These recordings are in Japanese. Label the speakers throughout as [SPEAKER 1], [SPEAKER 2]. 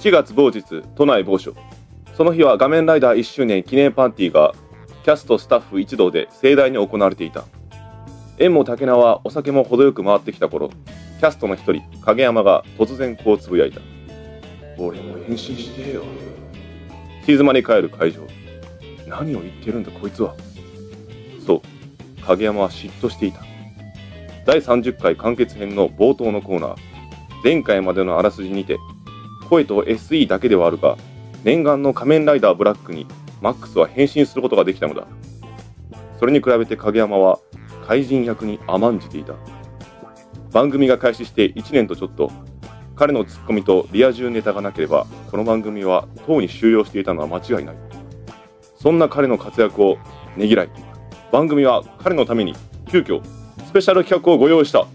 [SPEAKER 1] 7月某日、都内某所。その日は画面ライダー1周年記念パーティーが、キャストスタッフ一同で盛大に行われていた。縁も竹縄はお酒も程よく回ってきた頃、キャストの一人、影山が突然こうつぶやいた。俺も変身してよ。静まり返る会場。何を言ってるんだこいつは。そう、影山は嫉妬していた。第30回完結編の冒頭のコーナー、前回までのあらすじにて、声と SE だけではあるが、念願の仮面ライダーブラックにマックスは変身することができたのだ。それに比べて影山は怪人役に甘んじていた。番組が開始して1年とちょっと、彼のツッコミとリア充ネタがなければ、この番組はとうに終了していたのは間違いない。そんな彼の活躍をねぎらい、番組は彼のために急遽スペシャル企画をご用意した。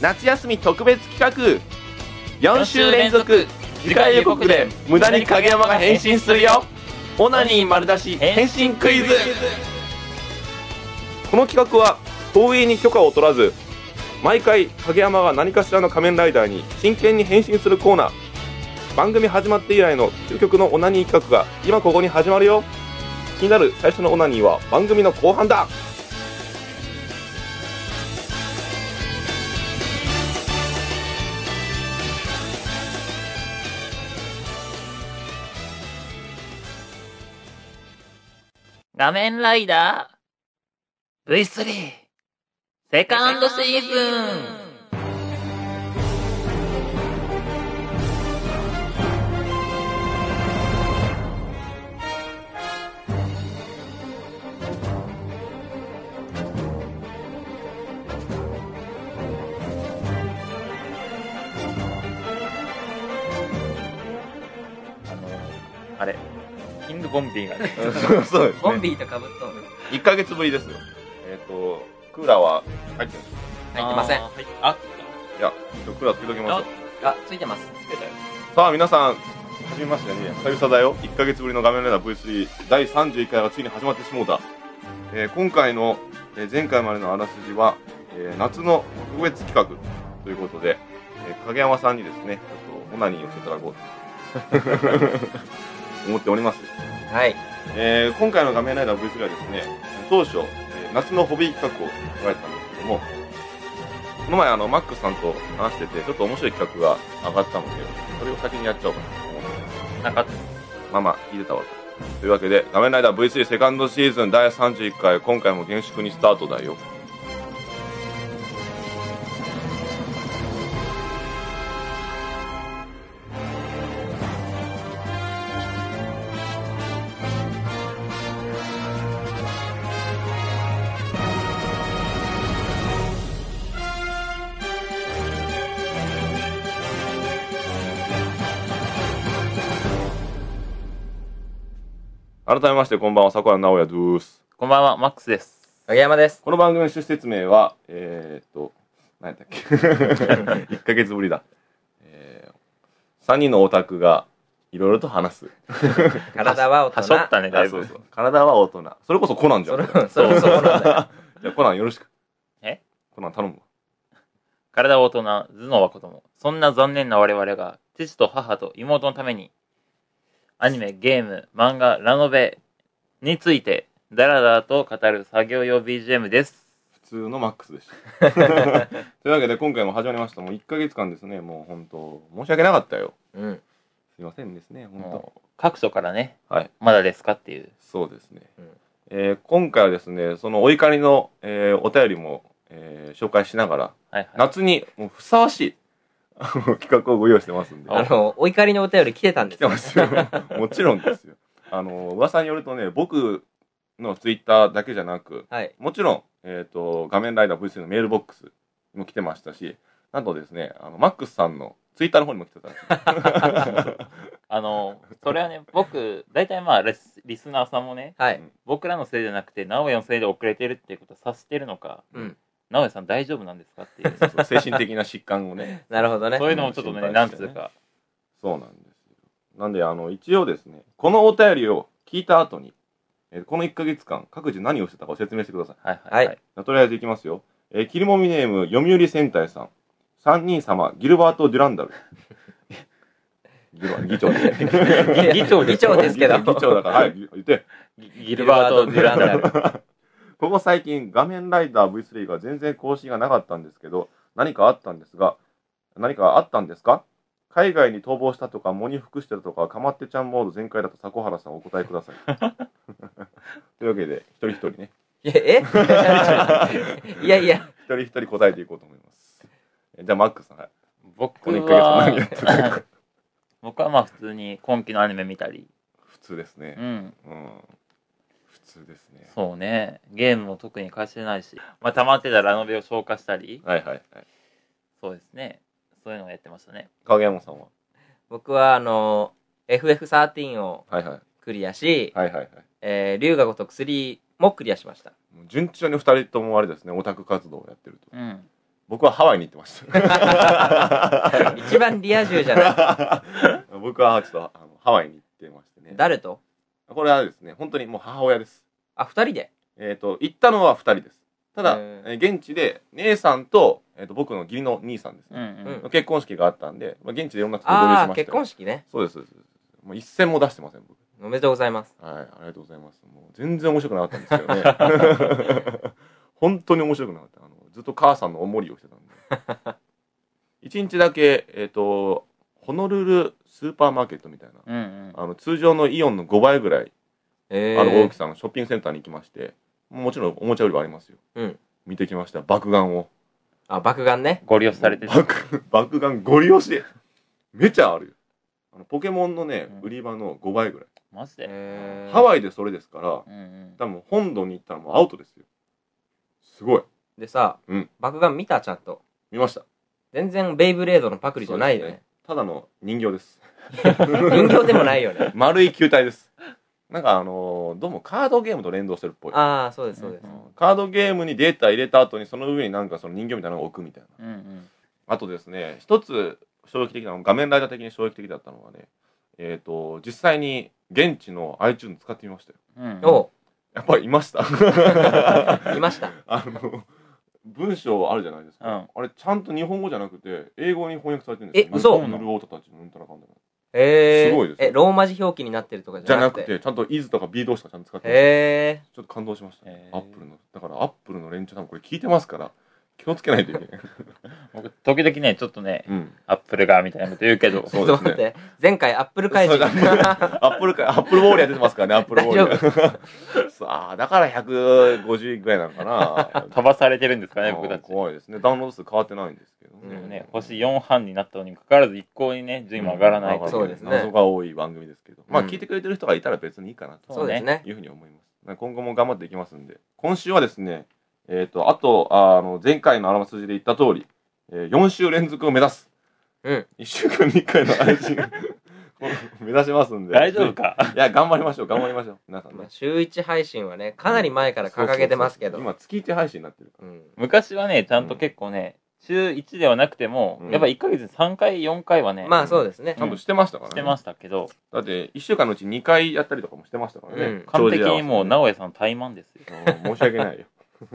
[SPEAKER 2] 夏休み特別企画4週連続次回予告で無駄に影山が変身するよオナニー丸出し変身クイズ
[SPEAKER 1] この企画は東映に許可を取らず毎回影山が何かしらの仮面ライダーに真剣に変身するコーナー番組始まって以来の究極のオナニー企画が今ここに始まるよ気になる最初のオナニーは番組の後半だ
[SPEAKER 3] 画面ライダー V3 セカンドシーズン
[SPEAKER 2] あのあれキングボンビーがね
[SPEAKER 1] そうそう
[SPEAKER 3] ボンビーとかぶっと入
[SPEAKER 1] 1ヶ月ぶりですよえっ、とクーラーは入ってる
[SPEAKER 3] ってません
[SPEAKER 2] あ
[SPEAKER 3] あ
[SPEAKER 2] ーはいあ
[SPEAKER 1] いやちょクーラーつけときましょう
[SPEAKER 3] ついてます
[SPEAKER 1] さあ皆さん初めましてね久々だよ1ヶ月ぶりの画面ライダー V3 第31回がついに始まってしもうた、えー今回の、えー前回までのあらすじは、えー夏の特別企画ということで、えー影山さんにですねちょっとオナニーをしていただこう と思っております、
[SPEAKER 3] はい
[SPEAKER 1] えー今回の画面ライダー V3 はですね当初、えー夏のホビー企画を考えてたんですけどもこの前あのマックスさんと話しててちょっと面白い企画が上がったのでそれを先にやっちゃおうかなと思って
[SPEAKER 2] なんか
[SPEAKER 1] まあまあ、聞いてたわけ。というわけで、仮面ライダー V3 セカンドシーズン第31回、今回も厳粛にスタートだよ。改めまして、こんばんは、桜直哉ドゥース。
[SPEAKER 2] こんばんはマックスです
[SPEAKER 3] 影山です
[SPEAKER 1] この番組の趣旨説明は、えー、っと、何やったっけ ?1 ヶ月ぶりだ。えー、3人のオタクが、いろいろと話す。
[SPEAKER 3] 体は大
[SPEAKER 2] はしょ
[SPEAKER 3] 人
[SPEAKER 2] ったねだいぶ
[SPEAKER 1] あそうそう体は大人。それこそコナンじゃ
[SPEAKER 3] そ
[SPEAKER 1] ん。
[SPEAKER 3] れ
[SPEAKER 1] じゃ
[SPEAKER 3] それそこなんだよ
[SPEAKER 1] あコナンよろしく。
[SPEAKER 2] え
[SPEAKER 1] コナン頼むわ。
[SPEAKER 2] 体は大人頭脳は子供そんな残念な我々が父と母と妹のためにアニメゲーム漫画ラノベについてダラダラと語る作業用 BGM です
[SPEAKER 1] 普通のマックスでした。 というわけで、今回も始まりました。もう1ヶ月間ですね、もう本当申し訳なかったよ。
[SPEAKER 3] うん
[SPEAKER 1] すいませんですね、本
[SPEAKER 2] もう各所からね、
[SPEAKER 1] はい
[SPEAKER 2] まだですかっていう
[SPEAKER 1] 当。そうですね。
[SPEAKER 3] うん
[SPEAKER 1] えー今回はですね、そのお怒りの、えーお便りも、えー紹介しながら、
[SPEAKER 2] はいはい
[SPEAKER 1] 夏にもうふさわしい企画をご用意してますんで。
[SPEAKER 3] あのお怒りのお便り来てたんで
[SPEAKER 1] 来
[SPEAKER 3] す
[SPEAKER 1] て
[SPEAKER 3] よ
[SPEAKER 1] ます よ。もちろんですよ。あの、噂によるとね、僕のツイッターだけじゃなく、
[SPEAKER 3] はい
[SPEAKER 1] もちろん、えっ、と、画面ライダー V3 のメールボックスにも来てましたし、なんとですね、あの、マックスさんのツイッターの方にも来てたんですよ
[SPEAKER 2] あのそれはね僕大体まあリスリスナーさんもね
[SPEAKER 3] はい
[SPEAKER 2] 僕らのせいじゃなくて直哉のせいで遅れてるっていうことを察してるのか、
[SPEAKER 3] うん
[SPEAKER 2] 直江さん大丈夫なんですかっていう。
[SPEAKER 1] そう精神的な疾患をね。
[SPEAKER 4] なるほどね。
[SPEAKER 2] そういうのもちょっとね、
[SPEAKER 1] 心配してね
[SPEAKER 2] なんつうか。
[SPEAKER 1] そうなんですよ。なんで、あの、一応ですね、このお便りを聞いた後に、えーこの1ヶ月間、各自何をしてたかを説明してください。
[SPEAKER 2] はいはい、
[SPEAKER 4] は
[SPEAKER 2] はい
[SPEAKER 4] い。
[SPEAKER 1] じゃあとりあえずいきますよ。えー、切りもみネーム、読売戦隊さん。三人様、ギルバート・デュラ ンダル。ギルバ議長で
[SPEAKER 4] いや
[SPEAKER 2] 議長
[SPEAKER 4] 議長ですけど。
[SPEAKER 1] 議長だから、はい、言って。
[SPEAKER 2] ギギルバート・デュランダル。
[SPEAKER 1] ここ最近、画面ライダー V3 が全然更新がなかったんですけど、何かあったんですが、何かあったんですか海外に逃亡したとか、喪に服してたとか、かまってちゃんモード全開だと、迫原さんお答えくださ い。というわけで、一人一人ね、
[SPEAKER 4] いやえ いやいや。
[SPEAKER 1] 一人一人答えていこうと思います。えじゃあ、マックさん、はいこ
[SPEAKER 2] 僕
[SPEAKER 1] の1ヶ月何や
[SPEAKER 2] は、
[SPEAKER 1] ってたか。
[SPEAKER 2] 僕はまあ普通に今期のアニメ見たり、
[SPEAKER 1] 普通ですね
[SPEAKER 2] う。ん、
[SPEAKER 1] うん。普通ですね。
[SPEAKER 2] そうね、ゲームも特に貸してないし、まあ溜まってたラノベを消化したり、
[SPEAKER 1] はいはいはい。
[SPEAKER 2] そうですね、そういうのをやってましたね。
[SPEAKER 1] 影山さんは
[SPEAKER 4] 僕はあの、FF13 を
[SPEAKER 1] はいはい。
[SPEAKER 4] クリアし、
[SPEAKER 1] はいはいはい。
[SPEAKER 4] えー、龍が如く3もクリアしました。
[SPEAKER 1] もう順調に二人ともあれですね、オタク活動をやってると。
[SPEAKER 2] うん。
[SPEAKER 1] 僕はハワイに行ってま した。
[SPEAKER 4] 一番リア充じゃない。
[SPEAKER 1] 僕はちょっとあのハワイに行ってましてね。
[SPEAKER 4] 誰と
[SPEAKER 1] これはですね、本当にもう母親です。
[SPEAKER 4] あ、二人で。
[SPEAKER 1] えっ、と、行ったのは二人です。ただ、
[SPEAKER 4] へ
[SPEAKER 1] えー現地で姉さんと,、えー、と僕の義理の兄さんです
[SPEAKER 2] うんう
[SPEAKER 1] ね、
[SPEAKER 2] ん。
[SPEAKER 1] 結婚式があったんで、まあ、現地でいろんなところ合流し
[SPEAKER 4] ああ
[SPEAKER 1] まし
[SPEAKER 4] ー、
[SPEAKER 1] たよ
[SPEAKER 4] 結婚式ね。
[SPEAKER 1] そうですそうですそうですもう一銭も出してません僕
[SPEAKER 4] おめでとうございます。
[SPEAKER 1] はいありがとうございますもう全然面白くなかったんですけど ね本当に面白くなかったあのずっと母さんのおもりをしてたんで一日だけえっ、とホノルルスーパーマーケットみたいな
[SPEAKER 2] うんうん。
[SPEAKER 1] あの通常のイオンの5倍ぐらいあ
[SPEAKER 4] えー、
[SPEAKER 1] る大きさのショッピングセンターに行きまして、もちろんおもちゃ売り場ありますよ、
[SPEAKER 4] うん
[SPEAKER 1] 見てきました爆眼を
[SPEAKER 4] あ、爆眼ね。
[SPEAKER 2] ご利用され てた。
[SPEAKER 1] 爆爆眼ご利用してめちゃあるよあのポケモンのね、
[SPEAKER 2] うん
[SPEAKER 1] 売り場の5倍ぐらい、
[SPEAKER 2] マジで
[SPEAKER 4] えー、
[SPEAKER 1] ハワイでそれですから
[SPEAKER 2] うんうん。
[SPEAKER 1] 多分本土に行ったらもうアウトですよすごい
[SPEAKER 4] でさ、
[SPEAKER 1] うん
[SPEAKER 4] 爆眼見たちゃんと。
[SPEAKER 1] 見ました
[SPEAKER 4] 全然ベイブレードのパクリじゃないよね。
[SPEAKER 1] ただの人形です
[SPEAKER 4] 人形でもないよね。
[SPEAKER 1] 丸い球体ですなんかあのーどうもカードゲームと連動してるっぽい
[SPEAKER 4] ああ、そうです、そうです。
[SPEAKER 1] カードゲームにデータ入れた後にその上になんかその人形みたいなのを置くみたいな
[SPEAKER 2] うんうん。
[SPEAKER 1] あとですね、一つ衝撃的なの、画面ライダー的に衝撃的だったのはね、えっ、と、実際に現地の iTunes 使ってみましたよ。
[SPEAKER 2] うんうん。
[SPEAKER 4] お
[SPEAKER 1] やっぱりいました。
[SPEAKER 4] いました。
[SPEAKER 1] あの、文章あるじゃないですか。あれ、ちゃんと日本語じゃなくて、英語に翻訳されてるんですよ。
[SPEAKER 4] え嘘
[SPEAKER 1] ヌルオータたちのうんたらかんだの
[SPEAKER 4] えー、
[SPEAKER 1] すごいですね
[SPEAKER 4] え、ローマ字表記になってるとか
[SPEAKER 1] じ
[SPEAKER 4] じ
[SPEAKER 1] ゃ
[SPEAKER 4] ゃ
[SPEAKER 1] な
[SPEAKER 4] な
[SPEAKER 1] く
[SPEAKER 4] くて。
[SPEAKER 1] て、ちゃんと is とか be 動詞とかちゃんと使ってました
[SPEAKER 4] へ
[SPEAKER 1] ちょっと感動しましたね
[SPEAKER 2] へ。ー
[SPEAKER 1] アップルの。だから、アップルの連中多分これ聞いてますから、気をつけないといけない。
[SPEAKER 2] 僕、時々ね、ちょっとね、
[SPEAKER 1] うん。
[SPEAKER 2] アップルが、みたいなこと言うけど、
[SPEAKER 4] え
[SPEAKER 1] そ
[SPEAKER 4] ー。
[SPEAKER 1] う
[SPEAKER 4] ち
[SPEAKER 1] で
[SPEAKER 4] ょっ
[SPEAKER 1] す
[SPEAKER 4] と
[SPEAKER 1] ね
[SPEAKER 4] 待って。前回アップル会
[SPEAKER 1] そう
[SPEAKER 4] 議。
[SPEAKER 1] だアップルか、アップルウォーリア出てますからね、アップルウォーリ
[SPEAKER 4] 大
[SPEAKER 1] ア。 さあ、だから150ぐらいなのかな。
[SPEAKER 2] 飛ばされてるんですかね、僕たち。
[SPEAKER 1] 怖いですね。ダウンロード数変わってないんですけど
[SPEAKER 4] うん
[SPEAKER 2] ね、星4半になったのにもかかわらず一向にね、順位も上がらないとい
[SPEAKER 4] んそうですね
[SPEAKER 1] 謎が多い番組ですけど。まあ、
[SPEAKER 4] うん
[SPEAKER 1] 聞いてくれてる人がいたら別にいいかなと
[SPEAKER 4] そうですね。
[SPEAKER 1] いうふうに思います。今後も頑張っていきますんで。今週はですね、えっと、あと、あの、前回のあらま筋で言った通り、えー4週連続を目指す。
[SPEAKER 4] うん。
[SPEAKER 1] 1週間に1回の配信この 目指しますんで。
[SPEAKER 2] 大丈夫 か。
[SPEAKER 1] いや、頑張りましょう、頑張りましょう。皆さんね
[SPEAKER 4] まあ、。週一配信はね、かなり前から掲げてますけ
[SPEAKER 1] そ
[SPEAKER 4] ど。
[SPEAKER 1] ううんそうそう今月1配信になってるか
[SPEAKER 2] 昔はね、ちゃんと結構ね、週1ではなくても、
[SPEAKER 1] うん
[SPEAKER 2] やっぱ1ヶ月に3回、4回はね、
[SPEAKER 4] まあそうですね
[SPEAKER 1] らち。ゃんとしてましたから
[SPEAKER 2] し
[SPEAKER 1] ね
[SPEAKER 2] てましたけど、
[SPEAKER 1] だって1週間のうち2回やったりとかもしてましたからね、
[SPEAKER 4] うん
[SPEAKER 2] 完璧にもう、
[SPEAKER 1] な
[SPEAKER 2] 直江さん怠慢ですよ。
[SPEAKER 1] 申し訳ないよ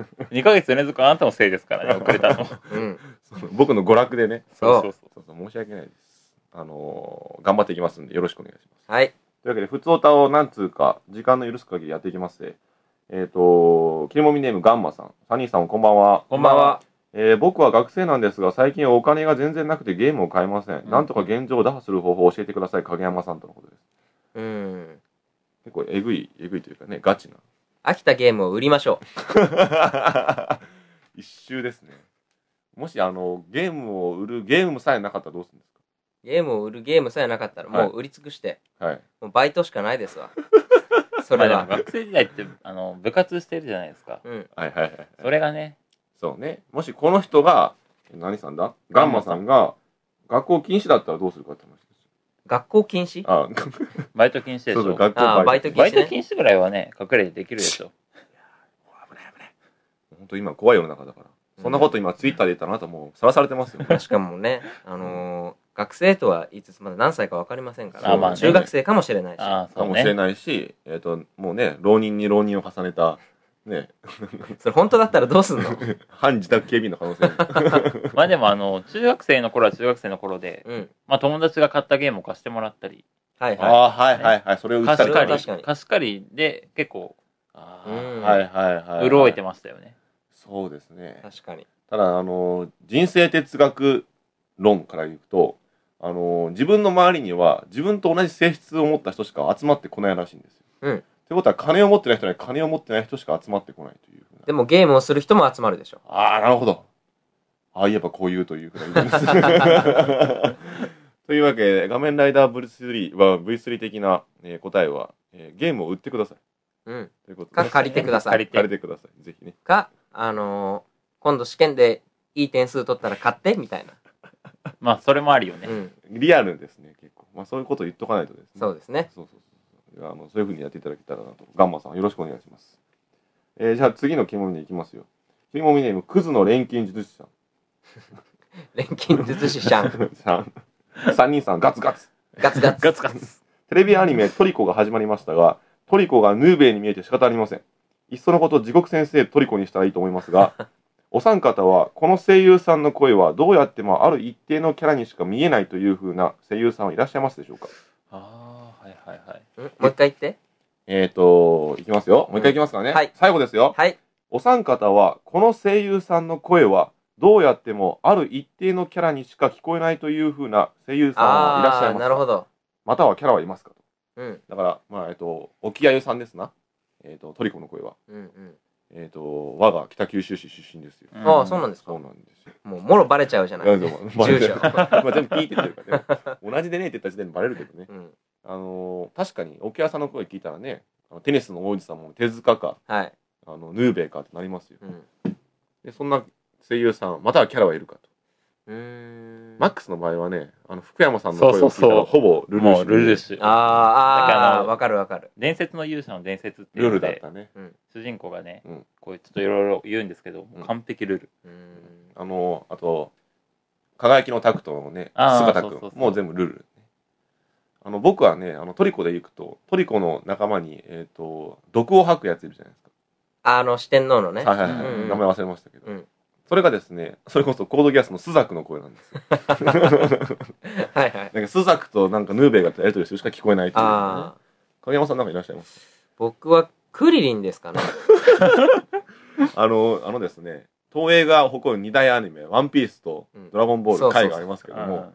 [SPEAKER 2] 2ヶ月連続あなたのせいですからね、遅れた の。
[SPEAKER 4] うん。
[SPEAKER 1] そう僕の娯楽でね
[SPEAKER 4] そう
[SPEAKER 2] そう
[SPEAKER 1] そうそう申し訳ないですあのー頑張っていきますんでよろしくお願いします
[SPEAKER 4] はい。
[SPEAKER 1] というわけで、普通歌を何通か、時間の許す限りやっていきますねえっ、と、切りもみネームガンマさん。サニーさん、こんばんは。
[SPEAKER 2] こんばんは。
[SPEAKER 1] えー僕は学生なんですが、最近お金が全然なくてゲームを買えません。
[SPEAKER 2] ん
[SPEAKER 1] なんとか現状を打破する方法を教えてください、影山さんとのことです。
[SPEAKER 4] うん。
[SPEAKER 1] 結構えぐい、えぐいというかね、ガチな。
[SPEAKER 4] 飽きたゲームを売りましょ
[SPEAKER 1] 一周ですね。もし、あの、ゲームを売る、ゲームさえなかったらどうするんで
[SPEAKER 4] う。ゲームを売るゲームさえなかったら、
[SPEAKER 1] はい
[SPEAKER 4] もう売り尽くして、
[SPEAKER 1] すかはい。
[SPEAKER 4] もうバイトしかないです わ。そ
[SPEAKER 2] まあ
[SPEAKER 4] れ
[SPEAKER 2] でも
[SPEAKER 4] は。
[SPEAKER 2] 学生時代って、あの、部活してるじゃないですか。
[SPEAKER 4] うん。
[SPEAKER 1] はいはいはい。
[SPEAKER 2] それがね、
[SPEAKER 1] そうね。もし、この人が、何さんだガンマさんが、学校禁止だったらどうするかって話です。
[SPEAKER 4] 学校禁止
[SPEAKER 1] あ、
[SPEAKER 2] バイト禁止でし
[SPEAKER 1] そうそう、
[SPEAKER 2] ょ。
[SPEAKER 1] 学
[SPEAKER 4] あ
[SPEAKER 1] 校
[SPEAKER 4] ーバイト禁止
[SPEAKER 2] バイ
[SPEAKER 4] ね
[SPEAKER 2] ト禁止ぐらいはね、隠れてできるでしょ。
[SPEAKER 1] 本当今怖い世の中だから。そんなこと今ツイッターで言ったらあなたもうさらされてます よ。
[SPEAKER 4] しかもね、あのー学生とは言いつつまだ何歳か分かりませんから、
[SPEAKER 2] あまあね
[SPEAKER 4] 中学生かもしれないし、
[SPEAKER 2] ああ、
[SPEAKER 1] か
[SPEAKER 2] そう
[SPEAKER 1] もしれ
[SPEAKER 2] ね。
[SPEAKER 1] ないし、えっ、と、もうね、浪人に浪人を重ねた、ね、
[SPEAKER 4] それ本当だったらどうすんの
[SPEAKER 1] 反自宅警備員の可能 性も。
[SPEAKER 2] まあでもあの、中学生の頃は中学生の頃で、
[SPEAKER 4] うん。
[SPEAKER 2] まあ友達が買ったゲームを貸してもらったり、
[SPEAKER 4] はいはい。
[SPEAKER 1] ああ、はいはいはい。それを売った
[SPEAKER 2] 貸し
[SPEAKER 1] り
[SPEAKER 2] 借
[SPEAKER 4] とか
[SPEAKER 1] か
[SPEAKER 4] ね
[SPEAKER 2] り、
[SPEAKER 1] ね
[SPEAKER 4] 確かに
[SPEAKER 2] 貸し借りで結構、
[SPEAKER 1] あ
[SPEAKER 4] う
[SPEAKER 1] ー
[SPEAKER 4] ん
[SPEAKER 1] はいはいはいはい。
[SPEAKER 2] 潤えてましたよね。
[SPEAKER 1] そうですね。
[SPEAKER 4] 確かに。
[SPEAKER 1] ただ、あの、人生哲学論から言うと、あの、自分の周りには自分と同じ性質を持った人しか集まってこないらしいんですよ。
[SPEAKER 4] うん
[SPEAKER 1] ってことは、金を持ってない人には金を持ってない人しか集まってこないというふうな。
[SPEAKER 4] でもゲームをする人も集まるでしょ。
[SPEAKER 1] ああ、なるほど。ああ、言えばこう言うというくらいです。というわけで、画面ライダー V3 は V3 的な、えー答えは、えーゲームを売ってください。
[SPEAKER 4] うん。
[SPEAKER 1] ということで
[SPEAKER 4] か
[SPEAKER 1] すね
[SPEAKER 4] 借りてくださ
[SPEAKER 2] 借
[SPEAKER 4] い
[SPEAKER 2] り。て
[SPEAKER 1] 借りてください。ぜひね。
[SPEAKER 4] か、あのー今度試験でいい点数取ったら買ってみたいな。
[SPEAKER 2] まあそれもあるよね
[SPEAKER 4] う。ん。
[SPEAKER 1] リアルですね、結構。まあそういうことを言っとかないとですね。
[SPEAKER 4] そうですね。
[SPEAKER 1] そうそうそうそうあの。そういうふうにやっていただけたらなと。ガンマさん、よろしくお願いします。えーじゃあ次の肝見に行きますよ。肝見ネーム、クズの錬金術師さん。
[SPEAKER 4] 錬金術師シャン。
[SPEAKER 1] さん。三人さん、ガ ツガツ。
[SPEAKER 4] ガツガツ。
[SPEAKER 2] ガツガツ。
[SPEAKER 1] テレビアニメトリコが始まりましたが、トリコがヌーベイに見えて仕方ありません。いっそのこと地獄先生トリコにしたらいいと思いますが、 お三方はこの声優さんの声はどうやってもある一定のキャラにしか見えないという風な声優さんはいらっしゃいますでしょうか
[SPEAKER 2] ああ、はいはいはい。
[SPEAKER 4] うんもう一回言って。
[SPEAKER 1] えーと、いきますよ。もう一回いきますからね。
[SPEAKER 4] はい
[SPEAKER 1] 最後ですよ。
[SPEAKER 4] はい。
[SPEAKER 1] お三方はこの声優さんの声はどうやってもある一定のキャラにしか聞こえないという風な声優さんはいらっしゃ
[SPEAKER 4] あ
[SPEAKER 1] い
[SPEAKER 4] あ、
[SPEAKER 1] ます
[SPEAKER 4] なるほ
[SPEAKER 1] か
[SPEAKER 4] ど。
[SPEAKER 1] またはキャラはいますか
[SPEAKER 4] うん。
[SPEAKER 1] だから、まあ、えっと、沖合さんですな。えっと、トリコの声は。
[SPEAKER 4] うんうん。
[SPEAKER 1] えっと、我が北九州市出身ですよ。
[SPEAKER 2] うん
[SPEAKER 4] ああ、そうなんです
[SPEAKER 1] そ
[SPEAKER 4] か
[SPEAKER 1] う。なんですよ。
[SPEAKER 4] もう、もろバレちゃうじゃない。
[SPEAKER 1] なんでも バレてる
[SPEAKER 4] 住所
[SPEAKER 1] まあ、全部聞いてってるからね。同じでねって言った時点でバレるけどね。
[SPEAKER 4] うん。
[SPEAKER 1] あのー確かに、沖合さんの声聞いたらね、あのテニスの王子様も手塚か、
[SPEAKER 4] はい。
[SPEAKER 1] あの、ヌーベイかってなりますよ。
[SPEAKER 4] うん。
[SPEAKER 1] で、そんな声優さん、またはキャラはいるかと。
[SPEAKER 4] うーん。
[SPEAKER 1] マックスの場合はね、あの、福山さんの声を聞いた
[SPEAKER 2] そうそうそう
[SPEAKER 1] ら、ほぼルルー
[SPEAKER 2] も
[SPEAKER 1] シ
[SPEAKER 2] う
[SPEAKER 1] ュ
[SPEAKER 2] ルルーシュ。
[SPEAKER 4] あ
[SPEAKER 2] だ
[SPEAKER 4] ー
[SPEAKER 2] から
[SPEAKER 4] あー、わかるわかる。
[SPEAKER 2] 伝説の勇者の伝説ってい
[SPEAKER 1] ル
[SPEAKER 2] う
[SPEAKER 1] ー
[SPEAKER 2] の
[SPEAKER 1] ルだっ
[SPEAKER 2] で、
[SPEAKER 1] たね。
[SPEAKER 2] 主人公がね
[SPEAKER 1] うん、
[SPEAKER 2] こうちょっといろいろ言うんですけど、
[SPEAKER 1] うん
[SPEAKER 2] 完璧ルール。
[SPEAKER 4] うーん。
[SPEAKER 1] あの、あと、輝きのタクトのね、
[SPEAKER 2] あー
[SPEAKER 1] 姿
[SPEAKER 2] そうそう
[SPEAKER 1] く
[SPEAKER 2] そ
[SPEAKER 1] ん、
[SPEAKER 2] う
[SPEAKER 1] もう全部ルール。あの、僕はね、あの、トリコで行くと、トリコの仲間に、えっ、と、毒を吐くやついるじゃないです
[SPEAKER 4] あの、四天王のね。
[SPEAKER 1] か。はいはいはい。
[SPEAKER 4] うんうん
[SPEAKER 1] 名前忘れましたけど。
[SPEAKER 4] うん
[SPEAKER 1] それがですね、それこそコードギアスのスザクの声なんですよ。
[SPEAKER 4] はいはい。
[SPEAKER 1] なんかスザクとなんかヌーベイがやりとりしてるしか聞こえないという、ね。
[SPEAKER 4] ああ、
[SPEAKER 1] 影山さんなんかいらっしゃいます
[SPEAKER 4] 僕はクリリンですかね。
[SPEAKER 1] あの、あのですね、東映が誇る二大アニメ、ワンピースと
[SPEAKER 4] うん
[SPEAKER 1] ドラゴンボール、
[SPEAKER 4] そうそうそう
[SPEAKER 1] 回がありますけども、
[SPEAKER 2] うん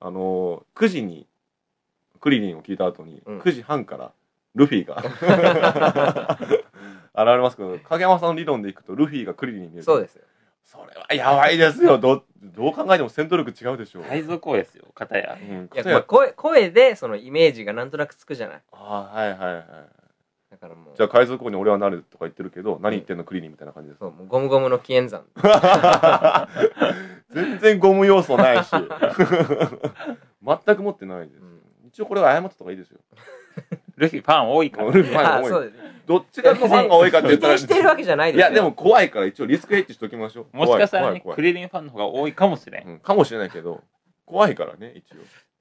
[SPEAKER 1] あのー、9時に、クリリンを聞いた後に、
[SPEAKER 4] うん
[SPEAKER 1] 9時半から、ルフィ が、現れますけど、影山さんの理論でいくと、ルフィがクリリンに見える。。
[SPEAKER 4] そうですすよ。
[SPEAKER 1] それはやばいですよ。どう、どう考えても戦闘力違うでしょう。
[SPEAKER 2] 海賊王ですよ、片や。
[SPEAKER 1] うん、
[SPEAKER 4] いや、
[SPEAKER 1] 片
[SPEAKER 4] まあ、
[SPEAKER 1] や
[SPEAKER 4] 声、声で、そのイメージがなんとなくつくじゃない。
[SPEAKER 1] あーはいはいはい。
[SPEAKER 4] だからもう。
[SPEAKER 1] じゃあ、海賊王に俺はなるとか言ってるけど、何言ってんのクリリンみたいな感じです
[SPEAKER 4] そ。う、もうゴムゴムの紀元 山。
[SPEAKER 1] 全然ゴム要素ないし。全く持ってないです。
[SPEAKER 4] うん
[SPEAKER 1] 一応これは謝った方がいいですよ。
[SPEAKER 2] ルフィファン多いから。
[SPEAKER 1] ルフィファン
[SPEAKER 4] あ
[SPEAKER 1] が多い
[SPEAKER 4] そうですね。
[SPEAKER 1] どっちがのファンが多いかって言っ
[SPEAKER 4] 否
[SPEAKER 1] たら。
[SPEAKER 4] 定してるわけじゃない
[SPEAKER 1] い
[SPEAKER 4] ですよ。
[SPEAKER 1] や、でも怖いから一応リスクヘッジしときましょう。
[SPEAKER 2] もしかしたら
[SPEAKER 1] 怖い
[SPEAKER 2] ね、
[SPEAKER 1] 怖い
[SPEAKER 2] ク
[SPEAKER 1] 怖い
[SPEAKER 2] リリンファンの方が多いかもしれん。
[SPEAKER 1] うんかもしれないけど、怖いからね、 一応。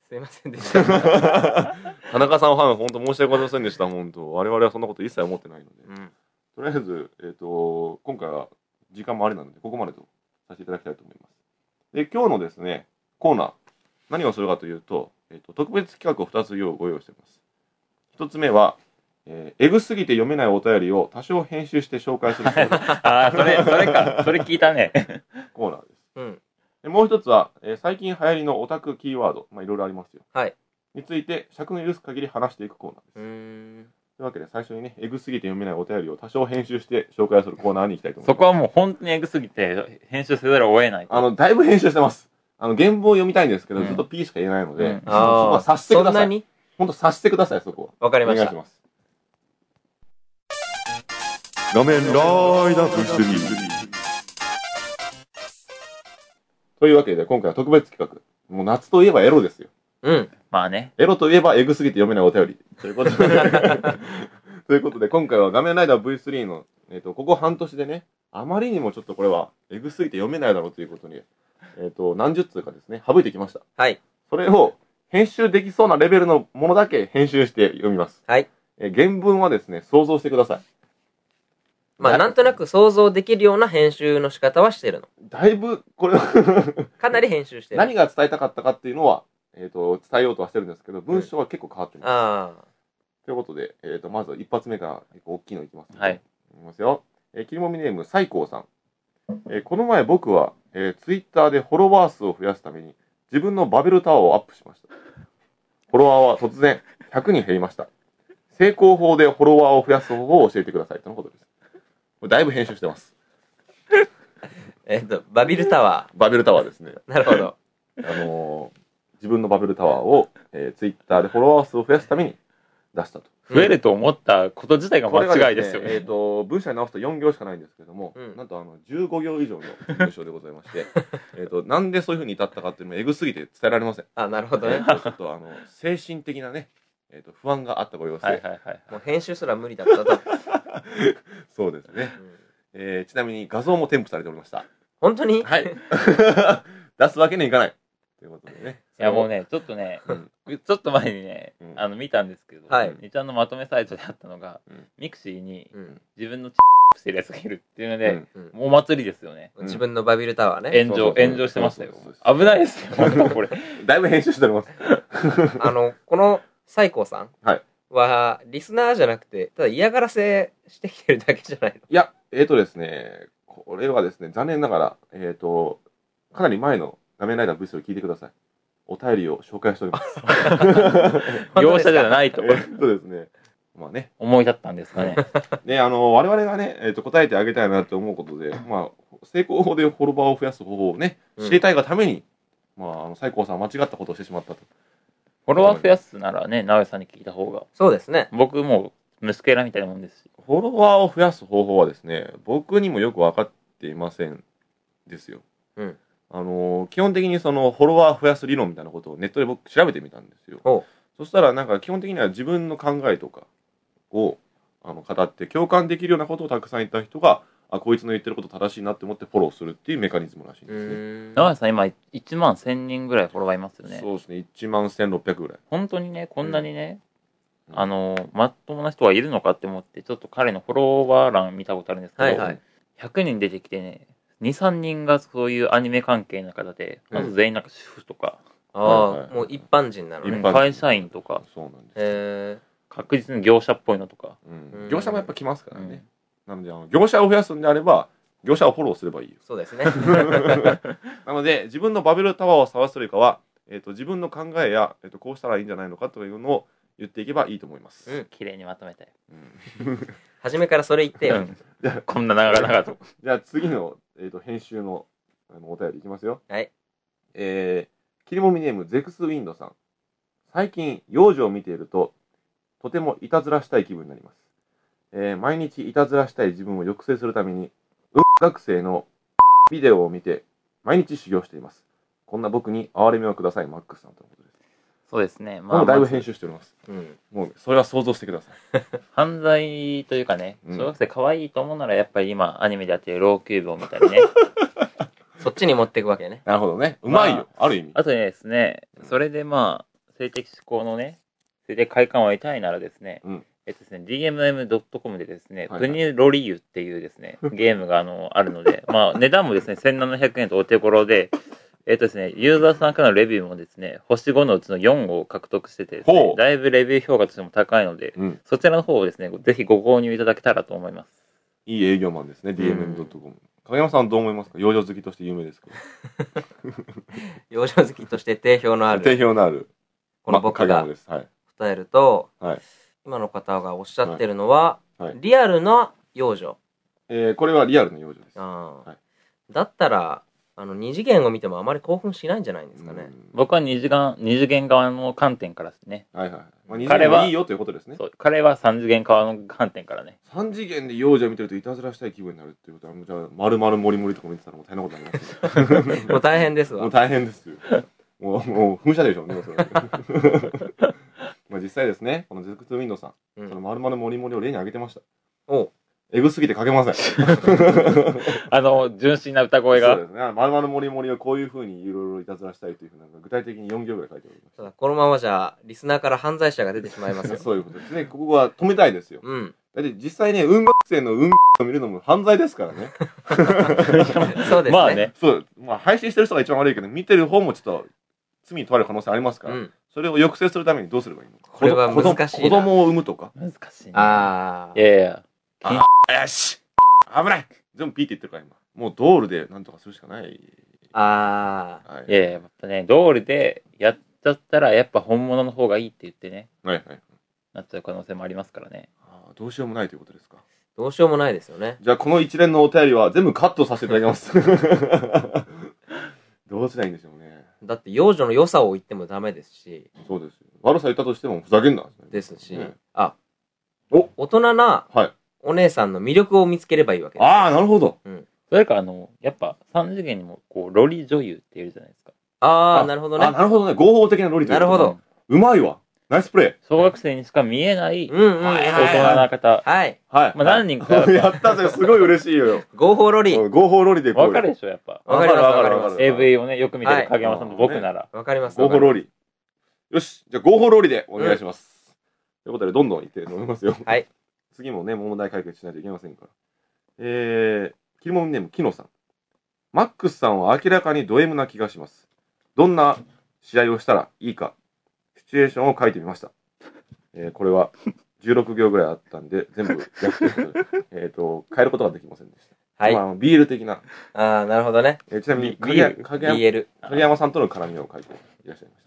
[SPEAKER 4] すいませんでした。
[SPEAKER 1] 田中さんファン、本当申し訳ございませんでした、本当。我々はそんなこと一切思ってないので。
[SPEAKER 4] うん。
[SPEAKER 1] とりあえず、えっ、と、今回は時間もあれなので、ここまでとさせていただきたいと思います。で、今日のですね、コーナー、何をするかというと、えっ、と、特別企画を2つ用ご用意しています。1つ目は、えー、エグすぎて読めないお便りを多少編集して紹介するコーナー
[SPEAKER 2] ああ、それ、それか。それ聞いたね。
[SPEAKER 1] コーナーです。
[SPEAKER 4] うん。
[SPEAKER 1] でもう一つは、えー最近流行りのオタクキーワード、まあ、いろいろありますよ。
[SPEAKER 4] はい。
[SPEAKER 1] について、尺の許す限り話していくコーナーです。
[SPEAKER 4] うーん。
[SPEAKER 1] というわけで、最初にね、エグすぎて読めないお便りを多少編集して紹介するコーナーに行きたいと思います。
[SPEAKER 2] そこはもう本当にエグすぎて、編集せざるを得ない。
[SPEAKER 1] あの、だいぶ編集してます。あの、原文を読みたいんですけど、
[SPEAKER 2] うん
[SPEAKER 1] ずっと P しか言えないので、
[SPEAKER 2] うん
[SPEAKER 1] そこは察してく
[SPEAKER 4] そ
[SPEAKER 1] だ
[SPEAKER 4] ん
[SPEAKER 1] さ。
[SPEAKER 4] ないに
[SPEAKER 1] ほんと察してください、そこは。
[SPEAKER 4] わかり
[SPEAKER 1] お
[SPEAKER 4] ま
[SPEAKER 1] 願い
[SPEAKER 4] し。
[SPEAKER 1] したます。画面ライダーブリというわけで、今回は特別企画。もう夏といえばエロですよ。
[SPEAKER 4] うん。
[SPEAKER 2] まあね。
[SPEAKER 1] エロといえばエグすぎて読めないお便り。ということで。ということで、今回は画面ライダー V3 の、えっ、と、ここ半年でね、あまりにもちょっとこれは、エグすぎて読めないだろうということに、えっ、と、何十通かですね、省いてきました。
[SPEAKER 4] はい。
[SPEAKER 1] それを、編集できそうなレベルのものだけ編集して読みます。
[SPEAKER 4] はい。
[SPEAKER 1] えー原文はですね、想像してください。
[SPEAKER 4] まあ、なんとなく想像できるような編集の仕方はしてるの。
[SPEAKER 1] だいぶ、これ、
[SPEAKER 4] かなり編集してる。
[SPEAKER 1] 何が伝えたかったかっていうのは、えっ、と、伝えようとはしてるんですけど、文章は結構変わってます。
[SPEAKER 4] あ
[SPEAKER 1] ということで、えっ、と、まず一発目から結構大きいのいきます、
[SPEAKER 2] はい。
[SPEAKER 1] いきますよ。えー、切りもみネーム、西光さん。えーこの前僕は、えー、ツイッターでフォロワー数を増やすために、自分のバベルタワーをアップしました。フォロワーは突然100人減りました。成功法でフォロワーを増やす方法を教えてください。とのことです。これだいぶ編集してます。
[SPEAKER 4] あ。えっと、バビルタワ
[SPEAKER 1] バベルタワーですね。
[SPEAKER 4] ー。なるほど。
[SPEAKER 1] あのー自分のバベルタワーを、えー、ツイッターでフォロワー数を増やすために出したと。
[SPEAKER 2] 増えると思ったこと自体が
[SPEAKER 1] これ
[SPEAKER 2] 間違い
[SPEAKER 1] が
[SPEAKER 2] ですよ
[SPEAKER 1] ね。え
[SPEAKER 2] ね
[SPEAKER 1] っ、。と、文章に直すと4行しかないんですけども、
[SPEAKER 4] うん
[SPEAKER 1] なんとあの、15行以上の文章でございまして、 えっと、なんでそういうふうに至ったかっていうのもエグすぎて伝えられません。
[SPEAKER 4] あ、なるほど
[SPEAKER 1] え
[SPEAKER 4] ね
[SPEAKER 1] っ。とちょっとあの、精神的なね、えっ、と、不安があったご様子で、
[SPEAKER 2] はいはいはい。
[SPEAKER 4] もう編集すら無理だったと。
[SPEAKER 1] そうですね
[SPEAKER 4] う。ん
[SPEAKER 1] えーちなみに画像も添付されておりました。
[SPEAKER 4] 本当に
[SPEAKER 1] はい。 出すわけにはいかない。ということでね。
[SPEAKER 2] いやもうね、ちょっとね、
[SPEAKER 1] うん。
[SPEAKER 2] ちょっと前にね
[SPEAKER 1] うん、
[SPEAKER 2] あの、見たんですけど、
[SPEAKER 4] はい
[SPEAKER 2] 2ちゃんのまとめサイトであったのが
[SPEAKER 1] うん、
[SPEAKER 2] ミクシーに
[SPEAKER 4] うん。
[SPEAKER 2] 自分のチッしてるやつがいるっていうの
[SPEAKER 1] う
[SPEAKER 2] で
[SPEAKER 1] ん、
[SPEAKER 4] うん
[SPEAKER 2] もうお祭りですよね。
[SPEAKER 1] ん
[SPEAKER 4] 自分のバビルタワーね。
[SPEAKER 2] 炎
[SPEAKER 1] そうそう
[SPEAKER 2] 上、
[SPEAKER 1] そう
[SPEAKER 2] 炎上してましたよ
[SPEAKER 1] そうそう。そう
[SPEAKER 2] 危ないですよ、これ。
[SPEAKER 1] だいぶ編集しております。
[SPEAKER 4] あの、この西光さん
[SPEAKER 1] はい
[SPEAKER 4] は、リスナーじゃなくて、ただ嫌がらせしてきてるだけじゃないの。
[SPEAKER 1] いや、えっ、とですね、これはですね、残念ながら、えっ、と、かなり前の画面ライダー V3 を聞いてください。お便りを紹介しております。
[SPEAKER 2] 業者じゃない
[SPEAKER 1] え
[SPEAKER 2] と
[SPEAKER 1] っとですね、まあね、
[SPEAKER 2] 思い立ったんですかね。
[SPEAKER 1] ね、あの、我々がね、えっ、と、答えてあげたいなと思うことで、まあ、成功法でフォロワーを増やす方法をね、
[SPEAKER 4] うん
[SPEAKER 1] 知りたいがために、まあ、あの、西光さんは間違ったことをしてしまったと。
[SPEAKER 2] フォロワー増やすならね、直江さんに聞いた方が。
[SPEAKER 4] そうですね。
[SPEAKER 2] 僕もう、息子選みたいなもんですし。
[SPEAKER 1] フォロワーを増やす方法はですね、僕にもよく分かっていませんですよ。
[SPEAKER 4] うん
[SPEAKER 1] あのー基本的にそのフォロワー増やす理論みたいなことをネットで僕調べてみたんですよ。
[SPEAKER 4] ほ
[SPEAKER 1] そしたらなんか基本的には自分の考えとかをあの語って共感できるようなことをたくさん言った人が、あ、こいつの言ってること正しいなって思ってフォローするっていうメカニズムらしいん
[SPEAKER 4] う
[SPEAKER 1] ですね。
[SPEAKER 4] ーん。
[SPEAKER 2] 直江さん今、1万1000人ぐらいフォロワーいますよね。
[SPEAKER 1] そうですね、1万1600ぐらい。
[SPEAKER 2] 本当にね、こんなにね、
[SPEAKER 1] うん
[SPEAKER 2] あのー、まともな人がいるのかって思って、ちょっと彼のフォロワー欄見たことあるんですけど、
[SPEAKER 4] はいはい。
[SPEAKER 2] 100人出てきてね、2、3人がそういうアニメ関係の方で、
[SPEAKER 1] うん
[SPEAKER 2] まず全員なんか主婦とか、
[SPEAKER 4] あ
[SPEAKER 1] はい
[SPEAKER 4] あ
[SPEAKER 1] は、い
[SPEAKER 4] もう一般人なの
[SPEAKER 1] 一般
[SPEAKER 4] ね。
[SPEAKER 1] 人
[SPEAKER 2] 会社員とか、
[SPEAKER 1] そうなんです。
[SPEAKER 4] え
[SPEAKER 2] 確実に業者っぽいのとか、
[SPEAKER 1] う
[SPEAKER 4] うん
[SPEAKER 1] ん、業者もやっぱ来ますからね。なのであの、業者を増やすんであれば、業者をフォローすればいいよ。
[SPEAKER 4] ー、そうで すね。
[SPEAKER 1] なので自分のバベルタワーを探すというよりかは、えー、と自分の考えや、えー、とこうしたらいいんじゃないのかというのを言っていけばいいと思います。
[SPEAKER 4] うん
[SPEAKER 2] 綺麗にまとめたい。
[SPEAKER 4] 初めからそれ言って
[SPEAKER 2] う
[SPEAKER 4] よ。
[SPEAKER 2] ん
[SPEAKER 1] じゃあ
[SPEAKER 2] こんな長々と。
[SPEAKER 1] じゃあ次の、えー、と編集のあのお便りいきますよ。
[SPEAKER 4] はい。
[SPEAKER 1] えー、切りもみネームゼクスウィンドさん。最近幼女を見ているととてもいたずらしたい気分になります。えー毎日いたずらしたい自分を抑制するために、うん学生のビデオを見て毎日修行しています。こんな僕に憐れみをください、マックスさんということです。
[SPEAKER 2] そうですね。
[SPEAKER 1] ま
[SPEAKER 2] ま
[SPEAKER 1] あ、
[SPEAKER 2] あ、
[SPEAKER 1] だいぶ
[SPEAKER 2] まず
[SPEAKER 1] 編集しております。
[SPEAKER 4] うん。
[SPEAKER 1] もう、それは想像してください。
[SPEAKER 2] 犯罪というかね、
[SPEAKER 1] うん
[SPEAKER 2] 小学生可愛いと思うなら、やっぱり今、アニメでやってるローキューブを見 たりね。
[SPEAKER 4] そっちに持っていくわけね。
[SPEAKER 1] なるほどね。うまいよ。あ、る意味。
[SPEAKER 2] あとですね、それでまあ、性的思考のね、性的快感を得たいならですね、
[SPEAKER 1] うん
[SPEAKER 2] えっとですね、dmm.com でですね、
[SPEAKER 1] はいはい
[SPEAKER 2] グニロリユっていうです ね、ゲームがあの、あるので、まあ、値段もですね、1700円とお手頃で、えっとですね、ユーザーさんからのレビューもですね、星5のうちの4を獲得しててですね
[SPEAKER 1] ほう
[SPEAKER 2] だいぶレビュー評価としても高いので、
[SPEAKER 1] うん。
[SPEAKER 2] そちらの方をですね、ぜひご購入いただけたらと思います。
[SPEAKER 1] いい営業マンですね、dmm.com。影山さんはどう思いますか養生好きとして有名ですけど。
[SPEAKER 4] 養生好きとして定評のあ
[SPEAKER 1] 定
[SPEAKER 4] る、
[SPEAKER 1] 評のある。
[SPEAKER 4] この僕
[SPEAKER 1] ま影
[SPEAKER 4] が
[SPEAKER 1] 山です。はい。
[SPEAKER 4] 答えると、
[SPEAKER 1] はい
[SPEAKER 4] 今の方がおっしゃってるのは、
[SPEAKER 1] はいはい
[SPEAKER 4] リアルな養生。
[SPEAKER 1] えー、これはリアルの養生です。
[SPEAKER 4] あー
[SPEAKER 1] はい
[SPEAKER 4] だったら、あの、二次元を見てもあまり興奮しないんじゃないんですか
[SPEAKER 1] う
[SPEAKER 4] ね。
[SPEAKER 1] ん
[SPEAKER 2] 僕は二次元、二次元側の観点からですね、
[SPEAKER 1] はいはい。まあ、
[SPEAKER 2] 彼
[SPEAKER 1] 2
[SPEAKER 2] は
[SPEAKER 1] もいいよということですね。
[SPEAKER 2] そう彼は三次元側の観点からね、
[SPEAKER 1] 3次元で養生見てるといたずらしたい気分になるっていうことは、もうじゃあ、丸々もりもりとか見てたらもう大変なことになりますよ。
[SPEAKER 4] もう大変です
[SPEAKER 1] も
[SPEAKER 4] わ
[SPEAKER 1] う。大変ですよ。もう、もう、噴射でしょうね、おそらく。まあ、まあ、実際ですね、このゼクトゥウィンドウさん、
[SPEAKER 4] うん
[SPEAKER 1] その丸々モリモリを例に挙げてました。
[SPEAKER 4] おう
[SPEAKER 1] えぐすぎて書けません。そ
[SPEAKER 2] あの、純真な歌声
[SPEAKER 1] う
[SPEAKER 2] が。
[SPEAKER 1] ですね。丸々モリモリをこういうふうにいろいろいたずらしたいというふうな、具体的に4行ぐらい書いておりま
[SPEAKER 4] ただこのままじゃ、リスナーから犯罪者が出てしまいます
[SPEAKER 1] す。
[SPEAKER 4] よ。
[SPEAKER 1] そういうことですね。ここは止めたいですよ。
[SPEAKER 4] うん。
[SPEAKER 1] だって実際ね、運学生の運を見るのも犯罪ですからね。
[SPEAKER 4] そうですね。
[SPEAKER 2] まあね。
[SPEAKER 1] そう、まあ配信してる人が一番悪いけど、見てる方もちょっと罪に問われる可能性ありますか
[SPEAKER 4] う
[SPEAKER 1] ら、
[SPEAKER 4] ん。
[SPEAKER 1] それを抑制するためにどうすればいいのか。
[SPEAKER 4] これは
[SPEAKER 1] 子供
[SPEAKER 4] 難し
[SPEAKER 1] 子
[SPEAKER 4] いな
[SPEAKER 1] 供を産むとか。
[SPEAKER 2] 難しいね。
[SPEAKER 4] あ
[SPEAKER 2] いやいや。
[SPEAKER 1] よし危ない全部ピーって言ってるから今。もう道路でなんとかするしかない。
[SPEAKER 4] あ。ああ。
[SPEAKER 1] はい。
[SPEAKER 2] いやいや、やっぱね、道理でやっちゃったら、やっぱ本物の方がいいって言ってね、
[SPEAKER 1] はいはい。
[SPEAKER 2] なっちゃう可能性もありますからね。
[SPEAKER 1] あーどうしようもないということですか。
[SPEAKER 4] どうしようもないですよね。
[SPEAKER 1] じゃあこの一連のお便りは全部カットさせていただきます。 どうしないんでしょうね。
[SPEAKER 4] だって、幼女の良さを言ってもダメですし、
[SPEAKER 1] そうですよ。悪さ言ったとしてもふざけんな。
[SPEAKER 4] ですし、
[SPEAKER 1] ね
[SPEAKER 4] あ、
[SPEAKER 1] お
[SPEAKER 4] 大人な
[SPEAKER 1] はい。
[SPEAKER 4] お姉さんの魅力を見つければいいわけです。
[SPEAKER 1] ああ、なるほど。
[SPEAKER 2] それか、あの、やっぱ、三次元にも、こう、ロリ女優っているじゃないですか。
[SPEAKER 4] ああ、なるほど
[SPEAKER 1] あ
[SPEAKER 4] ね。
[SPEAKER 1] なるほどね。合法的なロリという
[SPEAKER 4] なる
[SPEAKER 1] こと
[SPEAKER 4] ほ
[SPEAKER 1] で
[SPEAKER 4] ど。
[SPEAKER 1] うまいわ。ナイスプレ
[SPEAKER 2] 小学生にしか見えない
[SPEAKER 4] うんうん。
[SPEAKER 1] はい
[SPEAKER 2] 大人な方。
[SPEAKER 4] はい。
[SPEAKER 1] ー。はい。
[SPEAKER 2] まあ何人か
[SPEAKER 1] はい やったぜ。すごい嬉しいよ。
[SPEAKER 4] 合法ロリ。
[SPEAKER 1] 合法ロリでこうよ
[SPEAKER 2] わかるでしょ、やっぱ。
[SPEAKER 4] わかりま
[SPEAKER 1] わかる
[SPEAKER 4] す
[SPEAKER 1] わ
[SPEAKER 4] わ
[SPEAKER 1] か
[SPEAKER 4] か
[SPEAKER 1] る
[SPEAKER 4] り
[SPEAKER 1] わかる。
[SPEAKER 2] AV をね、よく見て
[SPEAKER 4] は
[SPEAKER 2] る
[SPEAKER 4] い
[SPEAKER 2] 影山さんも僕なら。
[SPEAKER 4] わかります。
[SPEAKER 1] 合法ロリ。よし。じゃあ合法ロリでお願いします。ということで、どんどんいって飲みますよ。
[SPEAKER 4] はい。
[SPEAKER 1] 次もね、問題解決しないといけませんから。えー、キモミネーム、キノさん。マックスさんは明らかにド M な気がします。どんな試合をしたらいいか、シチュエーションを書いてみました。えー、これは16行ぐらいあったんで、全部やって るえっと、変えることができませんでした。
[SPEAKER 4] はい。
[SPEAKER 1] ま
[SPEAKER 4] あ
[SPEAKER 1] あ、ビール的な。
[SPEAKER 4] あー、なるほどね。
[SPEAKER 1] えーちなみに
[SPEAKER 4] ビ
[SPEAKER 1] 影
[SPEAKER 4] ー
[SPEAKER 1] 山
[SPEAKER 4] ル。
[SPEAKER 1] 影山
[SPEAKER 4] BL。
[SPEAKER 1] 影山さんとの絡みを書いていらっしゃいまし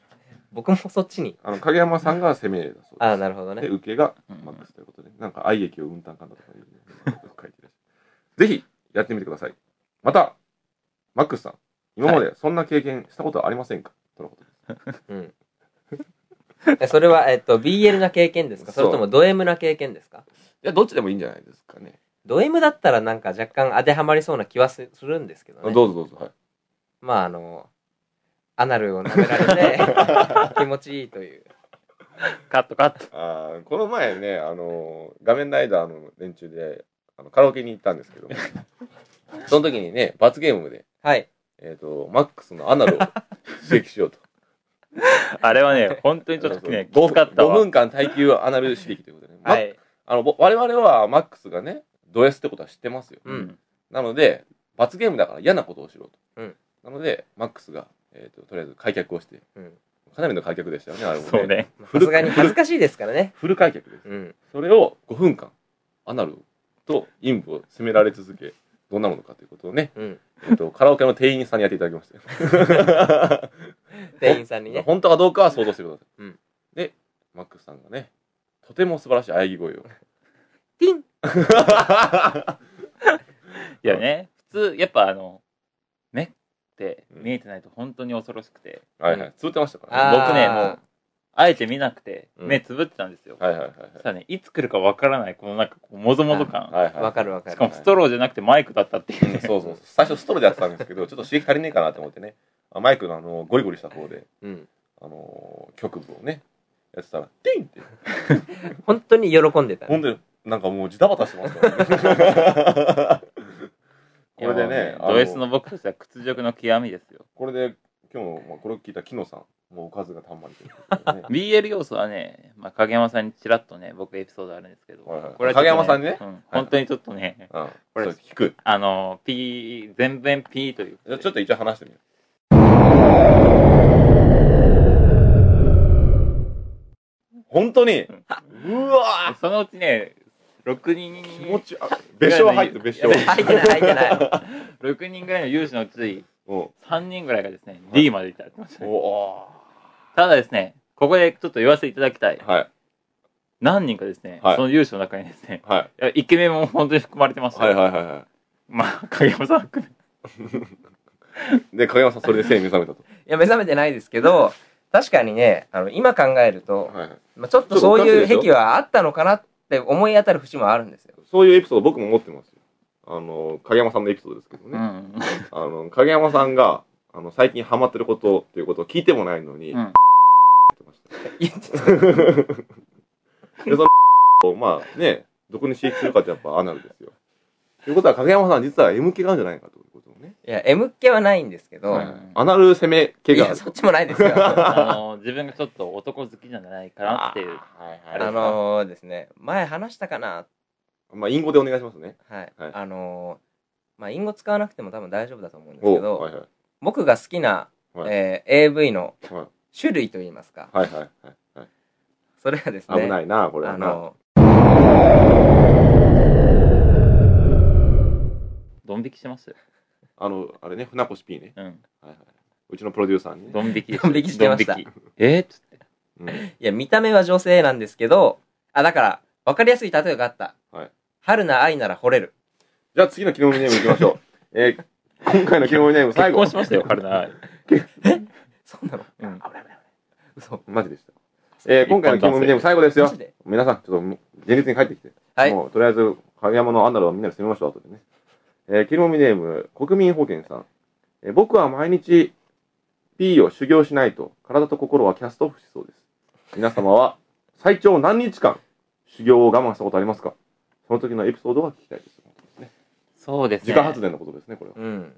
[SPEAKER 4] 僕もそっちに。
[SPEAKER 1] た。あの、影山さんが攻めだそうです。
[SPEAKER 4] ああ、なるほど
[SPEAKER 1] で、
[SPEAKER 4] ね。
[SPEAKER 1] 受けがマックスということで、なんか愛液をうんたんかんだとかいうね、書いてらっしゃる。ぜひ、やってみてください。また、マックスさん、今までそんな経験したことはありませんか、とのことです。
[SPEAKER 4] うん。 えそれは、えっと、BL な経験ですかそれともド M な経験ですか
[SPEAKER 1] いや、どっちでもいいんじゃないですかね。
[SPEAKER 4] ド M だったらなんか若干当てはまりそうな気はすするんですけど
[SPEAKER 1] どう
[SPEAKER 4] ね。
[SPEAKER 1] ぞどうぞ、はい。
[SPEAKER 4] まあ、あの、アナルを舐められて、気持ちいいという。
[SPEAKER 2] カットカット。
[SPEAKER 1] あーこの前ね、あのー、画面ライダーの連中で、あのカラオケに行ったんですけど、 その時にね、罰ゲームで、
[SPEAKER 4] はい。
[SPEAKER 1] えっ、と、マックスのアナルを刺激しよ うと。
[SPEAKER 2] あれはね、本当にちょっ とね、きつかった
[SPEAKER 1] 5
[SPEAKER 2] わ。
[SPEAKER 1] 分間耐久アナル刺激ということで、ね。
[SPEAKER 4] はい。
[SPEAKER 1] あの、ぼ我々はマックスがね、ド S ってことは知ってますよ。
[SPEAKER 4] う
[SPEAKER 2] うん
[SPEAKER 4] ん。
[SPEAKER 1] なので、罰ゲームだから嫌なことをしろと。
[SPEAKER 4] うん
[SPEAKER 1] なので、マックスが、えーと、とりあえず開脚をして、
[SPEAKER 4] うん
[SPEAKER 1] かなりの開脚でしたよね、あれもね。
[SPEAKER 2] そうね。
[SPEAKER 4] まあさすがに恥ずかしいですからね。
[SPEAKER 1] フル開脚です。
[SPEAKER 4] うん。
[SPEAKER 1] それを5分間、アナルと陰部を責められ続け、どんなものかということをね、
[SPEAKER 4] うん。
[SPEAKER 1] えー と、カラオケの店員さんにやっていただきましたよ。
[SPEAKER 4] 店員さんに ね。
[SPEAKER 1] 本当かどうかは想像してください。
[SPEAKER 4] うん
[SPEAKER 1] で、マックスさんがね、とても素晴らしい喘ぎ声 を。
[SPEAKER 4] ティン
[SPEAKER 2] いやね、普通、やっぱあの、目って見えてないと本当に恐ろしくて、
[SPEAKER 1] はいはい。つぶってましたからね。
[SPEAKER 4] あー
[SPEAKER 2] 僕ねもうあえて見なくて、
[SPEAKER 1] うん
[SPEAKER 2] 目つぶってたんですよ。
[SPEAKER 1] はいはいはいはい
[SPEAKER 2] そし。たらね、いつ来るかわからない、このなんかこう、もぞもぞ感。
[SPEAKER 1] はいはい。
[SPEAKER 4] わかるわか
[SPEAKER 2] し
[SPEAKER 4] る
[SPEAKER 2] か。もストローじゃなくてマイクだったっていう
[SPEAKER 1] うん
[SPEAKER 2] ね。
[SPEAKER 1] そうそうそう。最初ストローでやってたんですけど、ちょっと刺激足りねえかなと思ってね、あマイクのあの、ゴリゴリした方で、
[SPEAKER 4] うん。
[SPEAKER 1] あのー局部をね、やってたら、ティンって、
[SPEAKER 4] 本当に喜んでたね。
[SPEAKER 1] ほんで、なんかもうジタバタしてます からね。これで
[SPEAKER 2] いや
[SPEAKER 1] ね、
[SPEAKER 2] も
[SPEAKER 1] あ
[SPEAKER 2] うド S の僕としては屈辱の極みですよ。
[SPEAKER 1] これで、今日、まあ、これを聞いた木野さん、もうおかずがたんまり ということでね
[SPEAKER 2] BL 要素はね、まあ、影山さんにちらっとね、僕エピソードあるんですけど、
[SPEAKER 1] はいはい
[SPEAKER 2] ちょっと
[SPEAKER 1] 影山さんにね
[SPEAKER 2] うん本当にちょっとね、
[SPEAKER 1] うん。こ
[SPEAKER 2] こ
[SPEAKER 1] れ
[SPEAKER 2] れ
[SPEAKER 1] 聞く。
[SPEAKER 2] あの、P、全面 P という
[SPEAKER 1] じゃあちょっと一応話してみよう。本当にうわ
[SPEAKER 2] そのうちね、6
[SPEAKER 1] ー
[SPEAKER 2] 人、
[SPEAKER 1] 気持ち悪い。別所は入ってる、別所は。
[SPEAKER 4] 入ってない、入っ てない。
[SPEAKER 2] 6人ぐらいの有志のうち、
[SPEAKER 1] うん
[SPEAKER 2] 3人ぐらいがですね、
[SPEAKER 1] い
[SPEAKER 2] D までいただきましたね。
[SPEAKER 1] お
[SPEAKER 2] ただですね、ここでちょっと言わせていただきたい
[SPEAKER 1] ー。はい。
[SPEAKER 2] 何人かですね、
[SPEAKER 1] はい
[SPEAKER 2] その有志の中にですね、
[SPEAKER 1] はい。
[SPEAKER 2] いやイケメンも本当に含まれてますよ。
[SPEAKER 1] はいはいはいは
[SPEAKER 2] まあ、影山さんは含め
[SPEAKER 1] い。で、影山さん、それで性に目覚めた と。
[SPEAKER 4] いや、目覚めてないですけど、確かにね、あの、今考えると、
[SPEAKER 1] はいはい。
[SPEAKER 4] まあ、ちょっとそういう癖はあったのかなって思い当たる節もあるんですよ。
[SPEAKER 1] そういうエピソード僕も持ってますよ。あの、影山さんのエピソードですけど
[SPEAKER 2] う
[SPEAKER 1] ね。
[SPEAKER 2] ん。
[SPEAKER 1] あの、影山さんが、あの、最近ハマってることということを聞いてもないのに、
[SPEAKER 2] うん
[SPEAKER 1] 言ってました
[SPEAKER 4] 言ってた
[SPEAKER 1] でその をまあねどこに刺激するかってやっぱアナルですよということは影山さん実は M 系があるんじゃないかということをね、
[SPEAKER 4] いや、M 系はないんですけど、
[SPEAKER 2] はい
[SPEAKER 4] い、
[SPEAKER 1] アナル攻め系があ
[SPEAKER 4] や、
[SPEAKER 1] る
[SPEAKER 4] そっちもな いですよ。あ
[SPEAKER 2] あの自分がちょっと男好きじゃないかなっていう
[SPEAKER 1] はいはい
[SPEAKER 4] のーですね、前話したかな、
[SPEAKER 1] まあ隠語でお願いしますね
[SPEAKER 4] はい、
[SPEAKER 1] はい
[SPEAKER 4] あのーまあ、隠語使わなくても多分大丈夫だと思うんです
[SPEAKER 1] お
[SPEAKER 4] け
[SPEAKER 1] う
[SPEAKER 4] ど、
[SPEAKER 1] はいはい
[SPEAKER 4] 僕が好きな、
[SPEAKER 1] はい
[SPEAKER 4] えー AV の
[SPEAKER 1] はい
[SPEAKER 4] 種類といいますか、
[SPEAKER 1] はいはいはいはい
[SPEAKER 4] それはですね、
[SPEAKER 1] 危ないなこれ
[SPEAKER 4] あ
[SPEAKER 1] はな
[SPEAKER 4] の
[SPEAKER 2] ドン引きしますよ、
[SPEAKER 1] あのあれね船越 P ね
[SPEAKER 2] うん、
[SPEAKER 1] はいはいうちのプロデューサーに ね
[SPEAKER 2] ドン引き
[SPEAKER 4] ドン引きしてました
[SPEAKER 2] ドン引きえーっつって
[SPEAKER 1] うん
[SPEAKER 4] ーいや、見た目は女性なんですけど、あ、だから、わかりやすい例えがあった。
[SPEAKER 1] はい
[SPEAKER 4] 春な愛なら惚れる。
[SPEAKER 1] じゃあ次のキノミネームいきましょう えー今回のキノミネーム最
[SPEAKER 2] 結
[SPEAKER 1] 後
[SPEAKER 2] 婚しましたよ彼な
[SPEAKER 4] そうなの
[SPEAKER 2] うん
[SPEAKER 4] 嘘。
[SPEAKER 1] マジでしたえー今回のキノミネーム最後です
[SPEAKER 4] マ
[SPEAKER 1] よ
[SPEAKER 4] ジで
[SPEAKER 1] 皆さん、ちょっともう、前日に帰ってきて。
[SPEAKER 4] はい
[SPEAKER 1] もう、とりあえず、影山のアナルをみんなで攻めましょう、後でね。えー、キロミネーム、国民保険さん。えー僕は毎日、P を修行しないと、体と心はキャストオフしそうです。皆様は、最長何日間、修行を我慢したことありますかその時のエピソードが聞きたいです。
[SPEAKER 2] そうです
[SPEAKER 1] 自
[SPEAKER 2] ね
[SPEAKER 1] 家発電のことですね、これは。
[SPEAKER 4] うん。
[SPEAKER 1] うん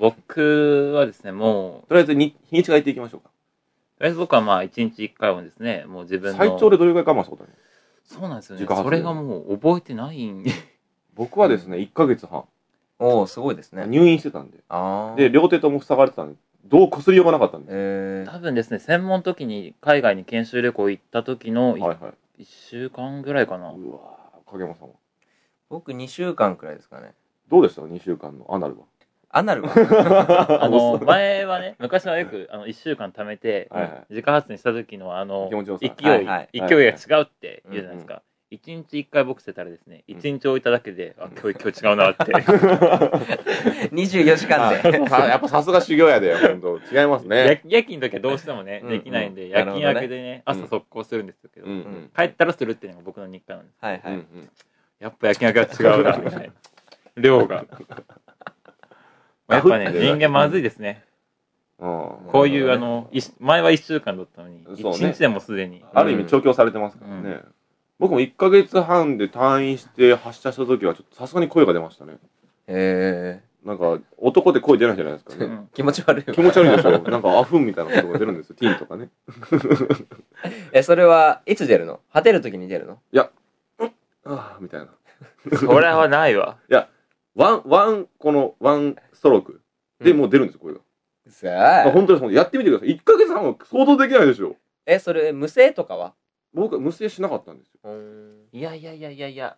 [SPEAKER 2] 僕はですねもう
[SPEAKER 1] とりあえずに、日にちがいっていきましょうか。
[SPEAKER 2] とりあえず僕はまあ一日一回はですねもう自分の
[SPEAKER 1] 最長でどれぐらい我慢したことあります
[SPEAKER 2] そうなんですよ
[SPEAKER 1] 自
[SPEAKER 2] ね
[SPEAKER 1] 家発電
[SPEAKER 2] それがもう覚えてないんで
[SPEAKER 1] 僕はですね、1ヶ月半、
[SPEAKER 4] おおすごいですね。
[SPEAKER 1] 入院してたんで、
[SPEAKER 4] ああ。
[SPEAKER 1] で、、両手とも塞がれてたんで、どう擦りようがなかったんです。
[SPEAKER 4] えー、
[SPEAKER 2] 多分ですね専門の時に海外に研修旅行行った時の
[SPEAKER 1] はいはい。
[SPEAKER 2] 1週間ぐらいかな、
[SPEAKER 1] うわー影山さんは
[SPEAKER 4] 僕2週間くらいですかね。
[SPEAKER 1] どうでした2週間のアナル
[SPEAKER 4] アナ ルは
[SPEAKER 1] は
[SPEAKER 2] あの
[SPEAKER 1] 遅い
[SPEAKER 2] 前はね昔はよくあの1週間貯めて
[SPEAKER 1] はいはい
[SPEAKER 2] 自家発電した時のあの
[SPEAKER 1] 気持ちよさ
[SPEAKER 2] 勢い、
[SPEAKER 4] はいはい
[SPEAKER 2] 勢いが違うって言うじゃないですか、一1日1回僕してたらですね1日置いただけで、あ今日今日違うなって
[SPEAKER 4] 24時間で。
[SPEAKER 1] さやっぱさすが修行やで本当違います
[SPEAKER 2] 夜
[SPEAKER 1] ね
[SPEAKER 2] 夜勤の時はどうしてもね
[SPEAKER 4] うん
[SPEAKER 2] できないんで、
[SPEAKER 4] うん
[SPEAKER 2] 夜勤
[SPEAKER 4] な
[SPEAKER 2] 明
[SPEAKER 4] るほどね
[SPEAKER 2] けでね朝速攻するんですけど、
[SPEAKER 1] うんうん
[SPEAKER 2] 帰ったらするっていうのが僕の日課なんです
[SPEAKER 4] はいは
[SPEAKER 1] う
[SPEAKER 4] い。
[SPEAKER 1] んうん
[SPEAKER 2] やっぱ夜勤明けは違うな みたいな量がやっぱね人間まずいですね
[SPEAKER 1] うん
[SPEAKER 2] こういうあのいし前は1週間だったのに
[SPEAKER 1] そうね
[SPEAKER 2] 1日でもすでに、
[SPEAKER 1] ある意味調教されてますからね、僕も1ヶ月半で退院して発射した時はちょっとさすがに声が出ましたね
[SPEAKER 4] え
[SPEAKER 1] なんか男で声出ないじゃないですか
[SPEAKER 2] う
[SPEAKER 1] ね
[SPEAKER 2] ん
[SPEAKER 4] ー、気持ち悪いわ
[SPEAKER 1] 気持ち悪いでしょ なんかアフンみたいなことが出るんですよティーンとかね
[SPEAKER 4] え、それはいつ出るの果てる時に出るの
[SPEAKER 1] ああみたいな
[SPEAKER 2] それはないわ
[SPEAKER 1] ワンワンこのワンストロークでもう出るんですよ声が
[SPEAKER 4] さ
[SPEAKER 1] あ本当です本当ですやってみてください1ヶ月半は想像できないでしょ
[SPEAKER 4] え、それ無声とかは
[SPEAKER 1] 僕は無声しなかったんですよ
[SPEAKER 2] いやいやいやいやいや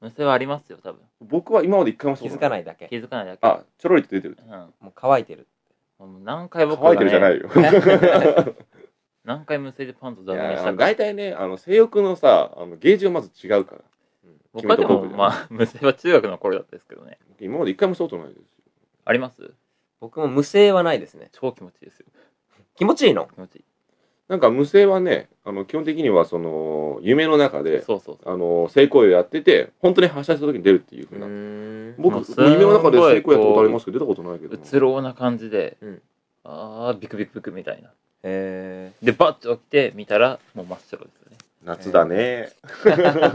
[SPEAKER 2] 無声はありますよ多分
[SPEAKER 1] 僕は今まで一回も
[SPEAKER 4] 気づか
[SPEAKER 1] い
[SPEAKER 4] ないだけ。
[SPEAKER 2] 気づかないだけ
[SPEAKER 1] あちょろりって出てる
[SPEAKER 2] うん
[SPEAKER 4] もう乾いてる。
[SPEAKER 2] もう何回僕
[SPEAKER 1] 乾いてるじゃない
[SPEAKER 2] い
[SPEAKER 1] よ
[SPEAKER 2] 何回無声でパンとダ
[SPEAKER 1] い
[SPEAKER 2] メにし
[SPEAKER 1] やあ
[SPEAKER 2] た
[SPEAKER 1] の
[SPEAKER 2] か
[SPEAKER 1] 大体ねあの性欲のさあのゲージがまず違うから
[SPEAKER 2] 僕はでも
[SPEAKER 1] 君と僕じゃん
[SPEAKER 2] まあ無声は中学の頃だったですけどね
[SPEAKER 1] 今まで一回もそうとないですよ
[SPEAKER 2] あります
[SPEAKER 4] 僕も無声はないですね。
[SPEAKER 2] 超気持ちいいですよ
[SPEAKER 4] 気持ちいいの
[SPEAKER 2] 気持ちいい
[SPEAKER 1] なんか無性はねあの基本的にはその夢の中で
[SPEAKER 2] そうそうそう
[SPEAKER 1] あの性行為をやってて本当に発射した時に出るっていうふうな
[SPEAKER 4] ーん
[SPEAKER 1] 僕
[SPEAKER 2] もうすごい
[SPEAKER 1] 夢の中で性行為やったことありますけど出たことないけど
[SPEAKER 2] うつろうな感じで、
[SPEAKER 4] うん
[SPEAKER 2] ああビクビクビクみたいな
[SPEAKER 4] え
[SPEAKER 2] でバッと起きて見たらもう真っ白ですよね
[SPEAKER 1] 夏だね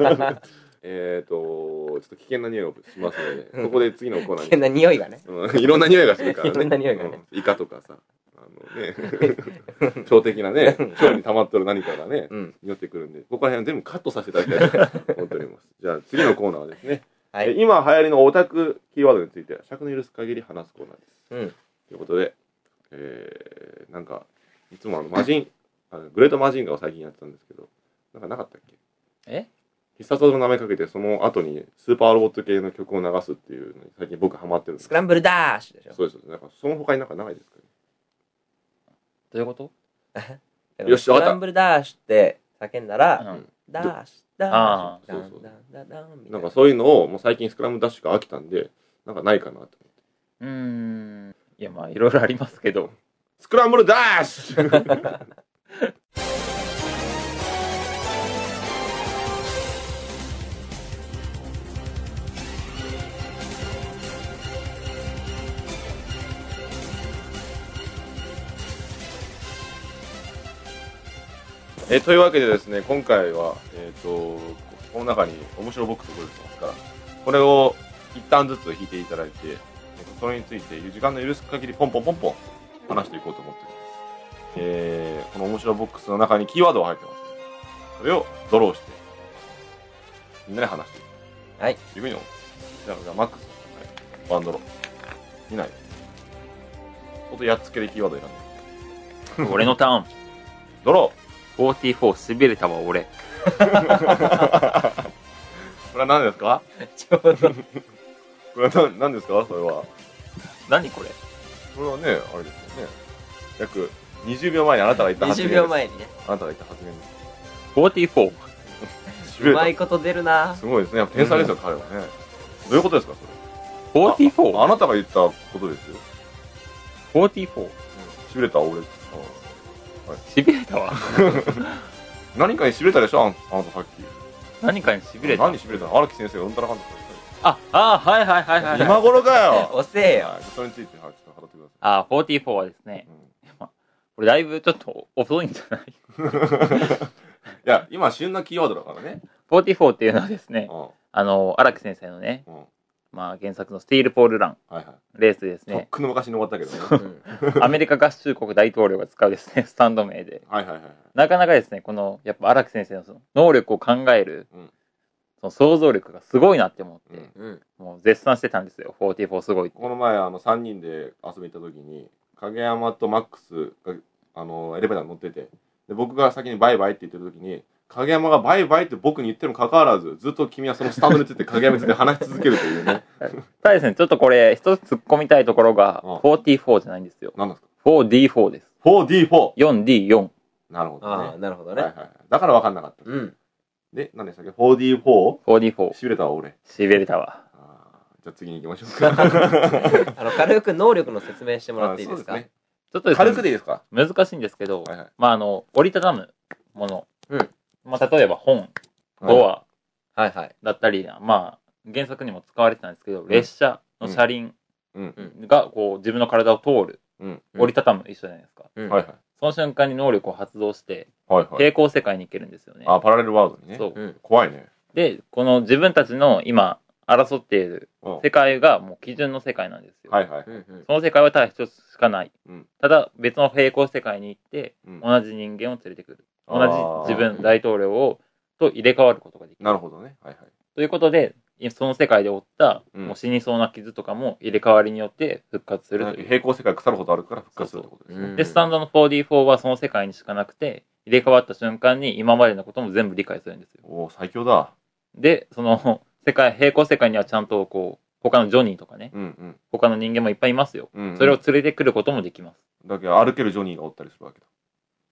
[SPEAKER 1] えっとちょっと危険な匂いをしますのでここで次のコーナ
[SPEAKER 4] ー、
[SPEAKER 1] ー
[SPEAKER 4] 危
[SPEAKER 1] に
[SPEAKER 4] 険な匂いがね。
[SPEAKER 1] うんいろんな匂いがするからね。
[SPEAKER 4] いろんな匂いがね
[SPEAKER 1] うんイカとかさ、あのね、超的なね、腸に溜まっとる何かがね、
[SPEAKER 4] うん。
[SPEAKER 1] 匂ってくるんで、ここら辺を全部カットさせていただきたいと思っております。じゃあ次のコーナーはですね、
[SPEAKER 4] は
[SPEAKER 1] え
[SPEAKER 4] い。
[SPEAKER 1] 今流行りのオタクキーワードについて、尺の許す限り話すコーナーです。
[SPEAKER 4] うん。
[SPEAKER 1] ということで、えー、なんか、いつもあの魔人、 あのグレートマジンガーを最近やってたんですけど、なんかなかったっけ
[SPEAKER 2] え
[SPEAKER 1] 必殺技の名前かけて、その後にスーパーロボット系の曲を流すっていうのに最近僕ハマってるんです
[SPEAKER 4] スクランブルダッシュでしょ。
[SPEAKER 1] そうです。なんかその他になんかないですかね。
[SPEAKER 2] どういうこと
[SPEAKER 4] だから
[SPEAKER 1] よし
[SPEAKER 4] スクランブルダッシュって叫んだら、
[SPEAKER 2] うん
[SPEAKER 4] ダッシュ、ダ
[SPEAKER 2] あ
[SPEAKER 1] ー
[SPEAKER 4] ッシュ、ダ
[SPEAKER 1] そうそ
[SPEAKER 4] ン
[SPEAKER 1] う
[SPEAKER 4] ダンダンダンみた
[SPEAKER 1] ないん
[SPEAKER 4] な
[SPEAKER 1] か。そういうのをもう最近スクラムダッシュが飽きたんで、なんかないかなと思って。
[SPEAKER 2] うーんいやまあいろいろありますけど
[SPEAKER 1] スクランブルダッシュ えーというわけでですね、今回は、えっ、と、この中に面白ボックスご用意してますから、これを一旦ずつ引いていただいて、えーとそれについて時間の許す限りポンポンポンポン話していこうと思っております。えーこの面白ボックスの中にキーワードが入ってます、それをドローして、みんなで話していく。
[SPEAKER 4] はい
[SPEAKER 1] というふうに思ってますじゃあ、じゃあマックス、はい、ワンドロー。2ない。音やっつけでキーワード選んで。
[SPEAKER 2] 俺のターン。
[SPEAKER 1] ドロー
[SPEAKER 2] 44、痺れたわ、俺。
[SPEAKER 1] これは何ですか
[SPEAKER 4] ちょうど。
[SPEAKER 1] これは何何ですかそれは。
[SPEAKER 2] 何これ
[SPEAKER 1] これはね、あれですよね。約20秒前にあなたが言った発言
[SPEAKER 4] 20
[SPEAKER 1] です。
[SPEAKER 4] 秒前に ね。
[SPEAKER 1] あなたが言った発言で
[SPEAKER 2] ?44。
[SPEAKER 1] す。
[SPEAKER 4] うまいこと出るな
[SPEAKER 1] すごいですね。やっぱ天才ですよ、彼はね。どういうことですか、それ。
[SPEAKER 2] 44?44?
[SPEAKER 1] あなたが言ったことですよ。しびれた俺。あ
[SPEAKER 2] 痺れたわ。
[SPEAKER 1] 何かにしびれたでしょあんあなたさっき。
[SPEAKER 2] 何かに痺れた。
[SPEAKER 1] 何しびれたの荒木先生がうんたらかんたら
[SPEAKER 2] あ、あー、はいはいは
[SPEAKER 1] 言
[SPEAKER 2] い
[SPEAKER 1] っ
[SPEAKER 2] は
[SPEAKER 1] て
[SPEAKER 2] い。
[SPEAKER 1] 今頃か よ
[SPEAKER 4] 遅えよ。
[SPEAKER 1] はいそれについて、はい、ちょっと語ってくださ
[SPEAKER 2] あー、44はですね
[SPEAKER 1] い。、うん
[SPEAKER 2] これだいぶちょっと遅いんじゃない
[SPEAKER 1] いや、今、旬なキーワードだからね。
[SPEAKER 2] 44っていうのはですね、
[SPEAKER 1] う
[SPEAKER 2] あの、荒木先生のね、
[SPEAKER 1] ん。うん。
[SPEAKER 2] まあ原作のスティールポールラン、
[SPEAKER 1] はいはい。
[SPEAKER 2] レースです
[SPEAKER 1] とっ
[SPEAKER 2] ね、
[SPEAKER 1] くの昔に終わったけどね。
[SPEAKER 4] うん
[SPEAKER 2] アメリカ合衆国大統領が使うですね、スタンド名で。
[SPEAKER 1] はいはいはいはい。
[SPEAKER 2] なかなかですね、この、やっぱ荒木先生のその能力を考える、
[SPEAKER 1] うん
[SPEAKER 2] その想像力がすごいなって思って、
[SPEAKER 1] うん
[SPEAKER 4] うん。
[SPEAKER 2] もう絶賛してたんですよ、44すごいって。
[SPEAKER 1] この前あの3人で遊びに行った時に影山とマックスがあのエレベーターに乗っててで僕が先にバイバイって言ってる時に影山がバイバイって僕に言ってもかかわらずずっと君はそのスタンドについて影山について話し続けるというね
[SPEAKER 2] ただですね、ちょっとこれ、一つ突っ込みたいところが、
[SPEAKER 1] うん
[SPEAKER 2] 44じゃないんですよ。
[SPEAKER 1] 何ですか
[SPEAKER 2] 4D4 です。
[SPEAKER 1] 4D4
[SPEAKER 2] 4D4。
[SPEAKER 1] なるほどね
[SPEAKER 4] ああ、なるほど
[SPEAKER 1] はいはい
[SPEAKER 4] ね。
[SPEAKER 1] はい、だから分かんなかった
[SPEAKER 4] うん。
[SPEAKER 1] で何でしたっけ 4D4
[SPEAKER 2] 4D4。
[SPEAKER 1] しびれたわ俺
[SPEAKER 2] しびれたわ。
[SPEAKER 1] あーじゃあ次に行きましょうか
[SPEAKER 4] あの、軽く能力の説明してもらっていいです
[SPEAKER 1] あ
[SPEAKER 4] か
[SPEAKER 1] ーそうね
[SPEAKER 2] ちょっとですね、
[SPEAKER 1] 軽くでいいですか
[SPEAKER 2] 難しいんですけど、
[SPEAKER 1] はいはい
[SPEAKER 2] まああの、折りたたむもの。
[SPEAKER 4] うん
[SPEAKER 2] まあ例えば本、
[SPEAKER 1] はい
[SPEAKER 2] ドア
[SPEAKER 4] はいはい。
[SPEAKER 2] だったり、まあ原作にも使われてたんですけど、列車の車輪
[SPEAKER 1] うん
[SPEAKER 2] がこう自分の体を通る、
[SPEAKER 1] うん
[SPEAKER 4] うん
[SPEAKER 2] 折りたたむ一緒じゃないですか。
[SPEAKER 4] うん
[SPEAKER 1] はいはい
[SPEAKER 2] その瞬間に能力を発動して、
[SPEAKER 1] はいはい
[SPEAKER 2] 平行世界に行けるんですよね。
[SPEAKER 1] あーパラレルワールドにね
[SPEAKER 2] そう。
[SPEAKER 4] うん。
[SPEAKER 1] 怖いね
[SPEAKER 2] で、この自分たちの今争っている
[SPEAKER 1] うんは
[SPEAKER 2] 世界がもう基準の世界なんですよ。
[SPEAKER 1] いはい
[SPEAKER 4] うんうん。
[SPEAKER 2] その世界はただ一つしかない。
[SPEAKER 1] うん
[SPEAKER 2] ただ別の平行世界に行って、
[SPEAKER 1] うん
[SPEAKER 2] 同じ人間を連れてくる。
[SPEAKER 1] あ
[SPEAKER 2] 同
[SPEAKER 1] ー
[SPEAKER 2] じ自分大統領をと入れ替わることができる。
[SPEAKER 1] なるほどねはいはい
[SPEAKER 2] ということで、その世界で負った、
[SPEAKER 1] うん
[SPEAKER 2] もう死にそうな傷とかも入れ替わりによって復活するという。
[SPEAKER 1] 平行世界腐るほどあるから復活するってことですね。
[SPEAKER 4] うん
[SPEAKER 2] で、スタンドの 4D4 はその世界にしかなくて、入れ替わった瞬間に今までのことも全部理解するんですよ。
[SPEAKER 1] おお、最強だ。
[SPEAKER 2] で、その 世界、平行世界にはちゃんとこう、他のジョニーとかね、
[SPEAKER 1] うん
[SPEAKER 2] 他の人間もいっぱいいますよ。
[SPEAKER 1] うん。うん
[SPEAKER 2] それを。連れてくることもできます。
[SPEAKER 1] だけど歩けるジョニーがおったりするわけだ。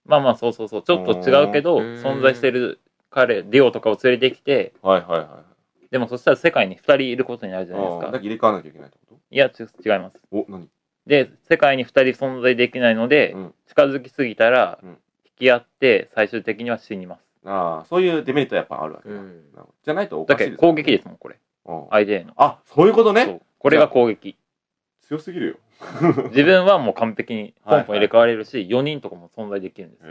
[SPEAKER 2] まあまあ、そうそうそう。ちょっと違うけど、
[SPEAKER 4] うん
[SPEAKER 2] 存在してる彼、ディオとかを連れてきて、
[SPEAKER 1] はいはいはい。
[SPEAKER 2] でもそしたら世界に2人いることになるじゃないです
[SPEAKER 1] ああ、だ
[SPEAKER 2] か。
[SPEAKER 1] け入れ替わらなきゃいけないってこ
[SPEAKER 2] いや、ち違いま
[SPEAKER 1] と
[SPEAKER 2] す。
[SPEAKER 1] お、何
[SPEAKER 2] で、世界に2人存在できないので、
[SPEAKER 1] うん
[SPEAKER 2] 近づきすぎたら
[SPEAKER 1] うん、
[SPEAKER 2] 引き合って、最終的には死にます。
[SPEAKER 1] ああ、そういうデメリットはやっぱあるわけだ。
[SPEAKER 4] う
[SPEAKER 1] なる
[SPEAKER 4] ん
[SPEAKER 1] ほどじゃないとお
[SPEAKER 2] だ
[SPEAKER 1] かしい
[SPEAKER 2] け
[SPEAKER 1] です
[SPEAKER 2] ど
[SPEAKER 1] ね。
[SPEAKER 2] 攻撃ですもん、これ。
[SPEAKER 1] うん。
[SPEAKER 2] 相手への。
[SPEAKER 1] あ、そういうこと
[SPEAKER 2] そ
[SPEAKER 1] ね。
[SPEAKER 2] うこれが攻撃。
[SPEAKER 1] 強すぎるよ。
[SPEAKER 2] 自分はもう完璧にポンポン入れ替われるし、4人とかも存在できるんですよ。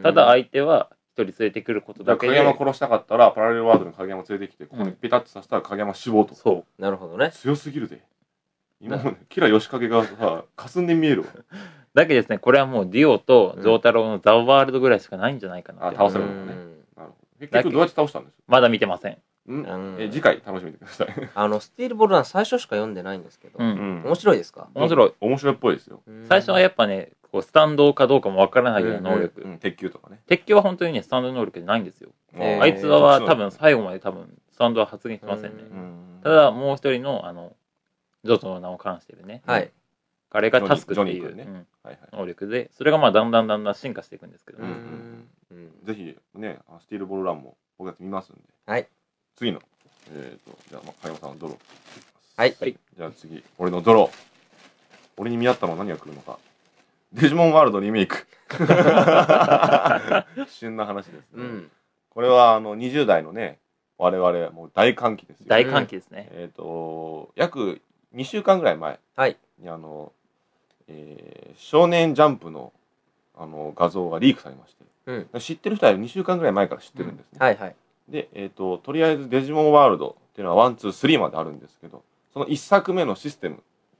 [SPEAKER 1] へ
[SPEAKER 2] ただ相手は1人連れてくることだけ
[SPEAKER 1] 影
[SPEAKER 2] で
[SPEAKER 1] 山、殺したかったら、パラレルワールドに影山連れてきて、ここにペタッと刺したら影山死亡と。
[SPEAKER 2] そう。
[SPEAKER 4] なるほどね。
[SPEAKER 1] 強すぎるで。今 まで、キラ吉影がさ、霞んで見えるわ。
[SPEAKER 2] だけどですね、これはもうディオとジョータロウのザ・ワールドぐらいしかないんじゃないかなって
[SPEAKER 1] あ倒せる
[SPEAKER 4] う
[SPEAKER 1] のねな
[SPEAKER 4] ん
[SPEAKER 1] るほど。結局どうやって倒したんです
[SPEAKER 2] まだ見てません。
[SPEAKER 1] ん
[SPEAKER 4] うん
[SPEAKER 1] え、次回楽しみにください。
[SPEAKER 4] あの、スティールボールラン最初しか読んでないんですけど
[SPEAKER 2] う、ん。
[SPEAKER 4] 面白いですか
[SPEAKER 2] 面白い。
[SPEAKER 1] 面白いっぽいですよ。
[SPEAKER 2] 最初はやっぱね、こうスタンドかどうかもわからないような能力。
[SPEAKER 1] うん、鉄球とかね。
[SPEAKER 2] 鉄球は本当にね、スタンド能力じゃないんですよ。
[SPEAKER 4] えー
[SPEAKER 2] あいつは多分最後まで多分、スタンドは発言してませんね
[SPEAKER 4] う
[SPEAKER 1] う。ん、
[SPEAKER 2] ただ、もう一人の、あの、ジョータの名を冠してるね。
[SPEAKER 4] はい。
[SPEAKER 2] 彼がタスクって
[SPEAKER 1] ジョニー
[SPEAKER 2] い
[SPEAKER 1] ジョ
[SPEAKER 2] う
[SPEAKER 1] ニー君
[SPEAKER 2] うん
[SPEAKER 1] はいは
[SPEAKER 2] 能力で、それがまあだんだんだんだん進化していくんですけど
[SPEAKER 1] う
[SPEAKER 4] うんん
[SPEAKER 1] う
[SPEAKER 4] うんん。
[SPEAKER 1] い、ぜひね、あのスティールボールランも僕たち見ますんで。
[SPEAKER 4] はい。
[SPEAKER 1] 次の、えっ、と、じゃあ、まあ、影山さんのドロー。
[SPEAKER 4] はい。
[SPEAKER 1] じゃあ次、俺のドロー。俺に見合ったのは何が来るのか。デジモンワールドリメイク。 旬な話ですね。
[SPEAKER 4] うん。
[SPEAKER 1] これは、あの、20代のね、我々、もう大歓喜ですよ。
[SPEAKER 2] 大歓喜ですね。
[SPEAKER 1] えっ、と、約2週間ぐらい前
[SPEAKER 4] はい。
[SPEAKER 1] に、あの、えー少年ジャンプの、あの、画像がリークされまして。
[SPEAKER 4] うん。
[SPEAKER 1] 知ってる人は2週間ぐらい前から知ってるんですね、
[SPEAKER 4] はいはい。
[SPEAKER 1] で、えー、ととりあえずデジモンワールドっていうのは123まであるんですけどその1作目のシステムっ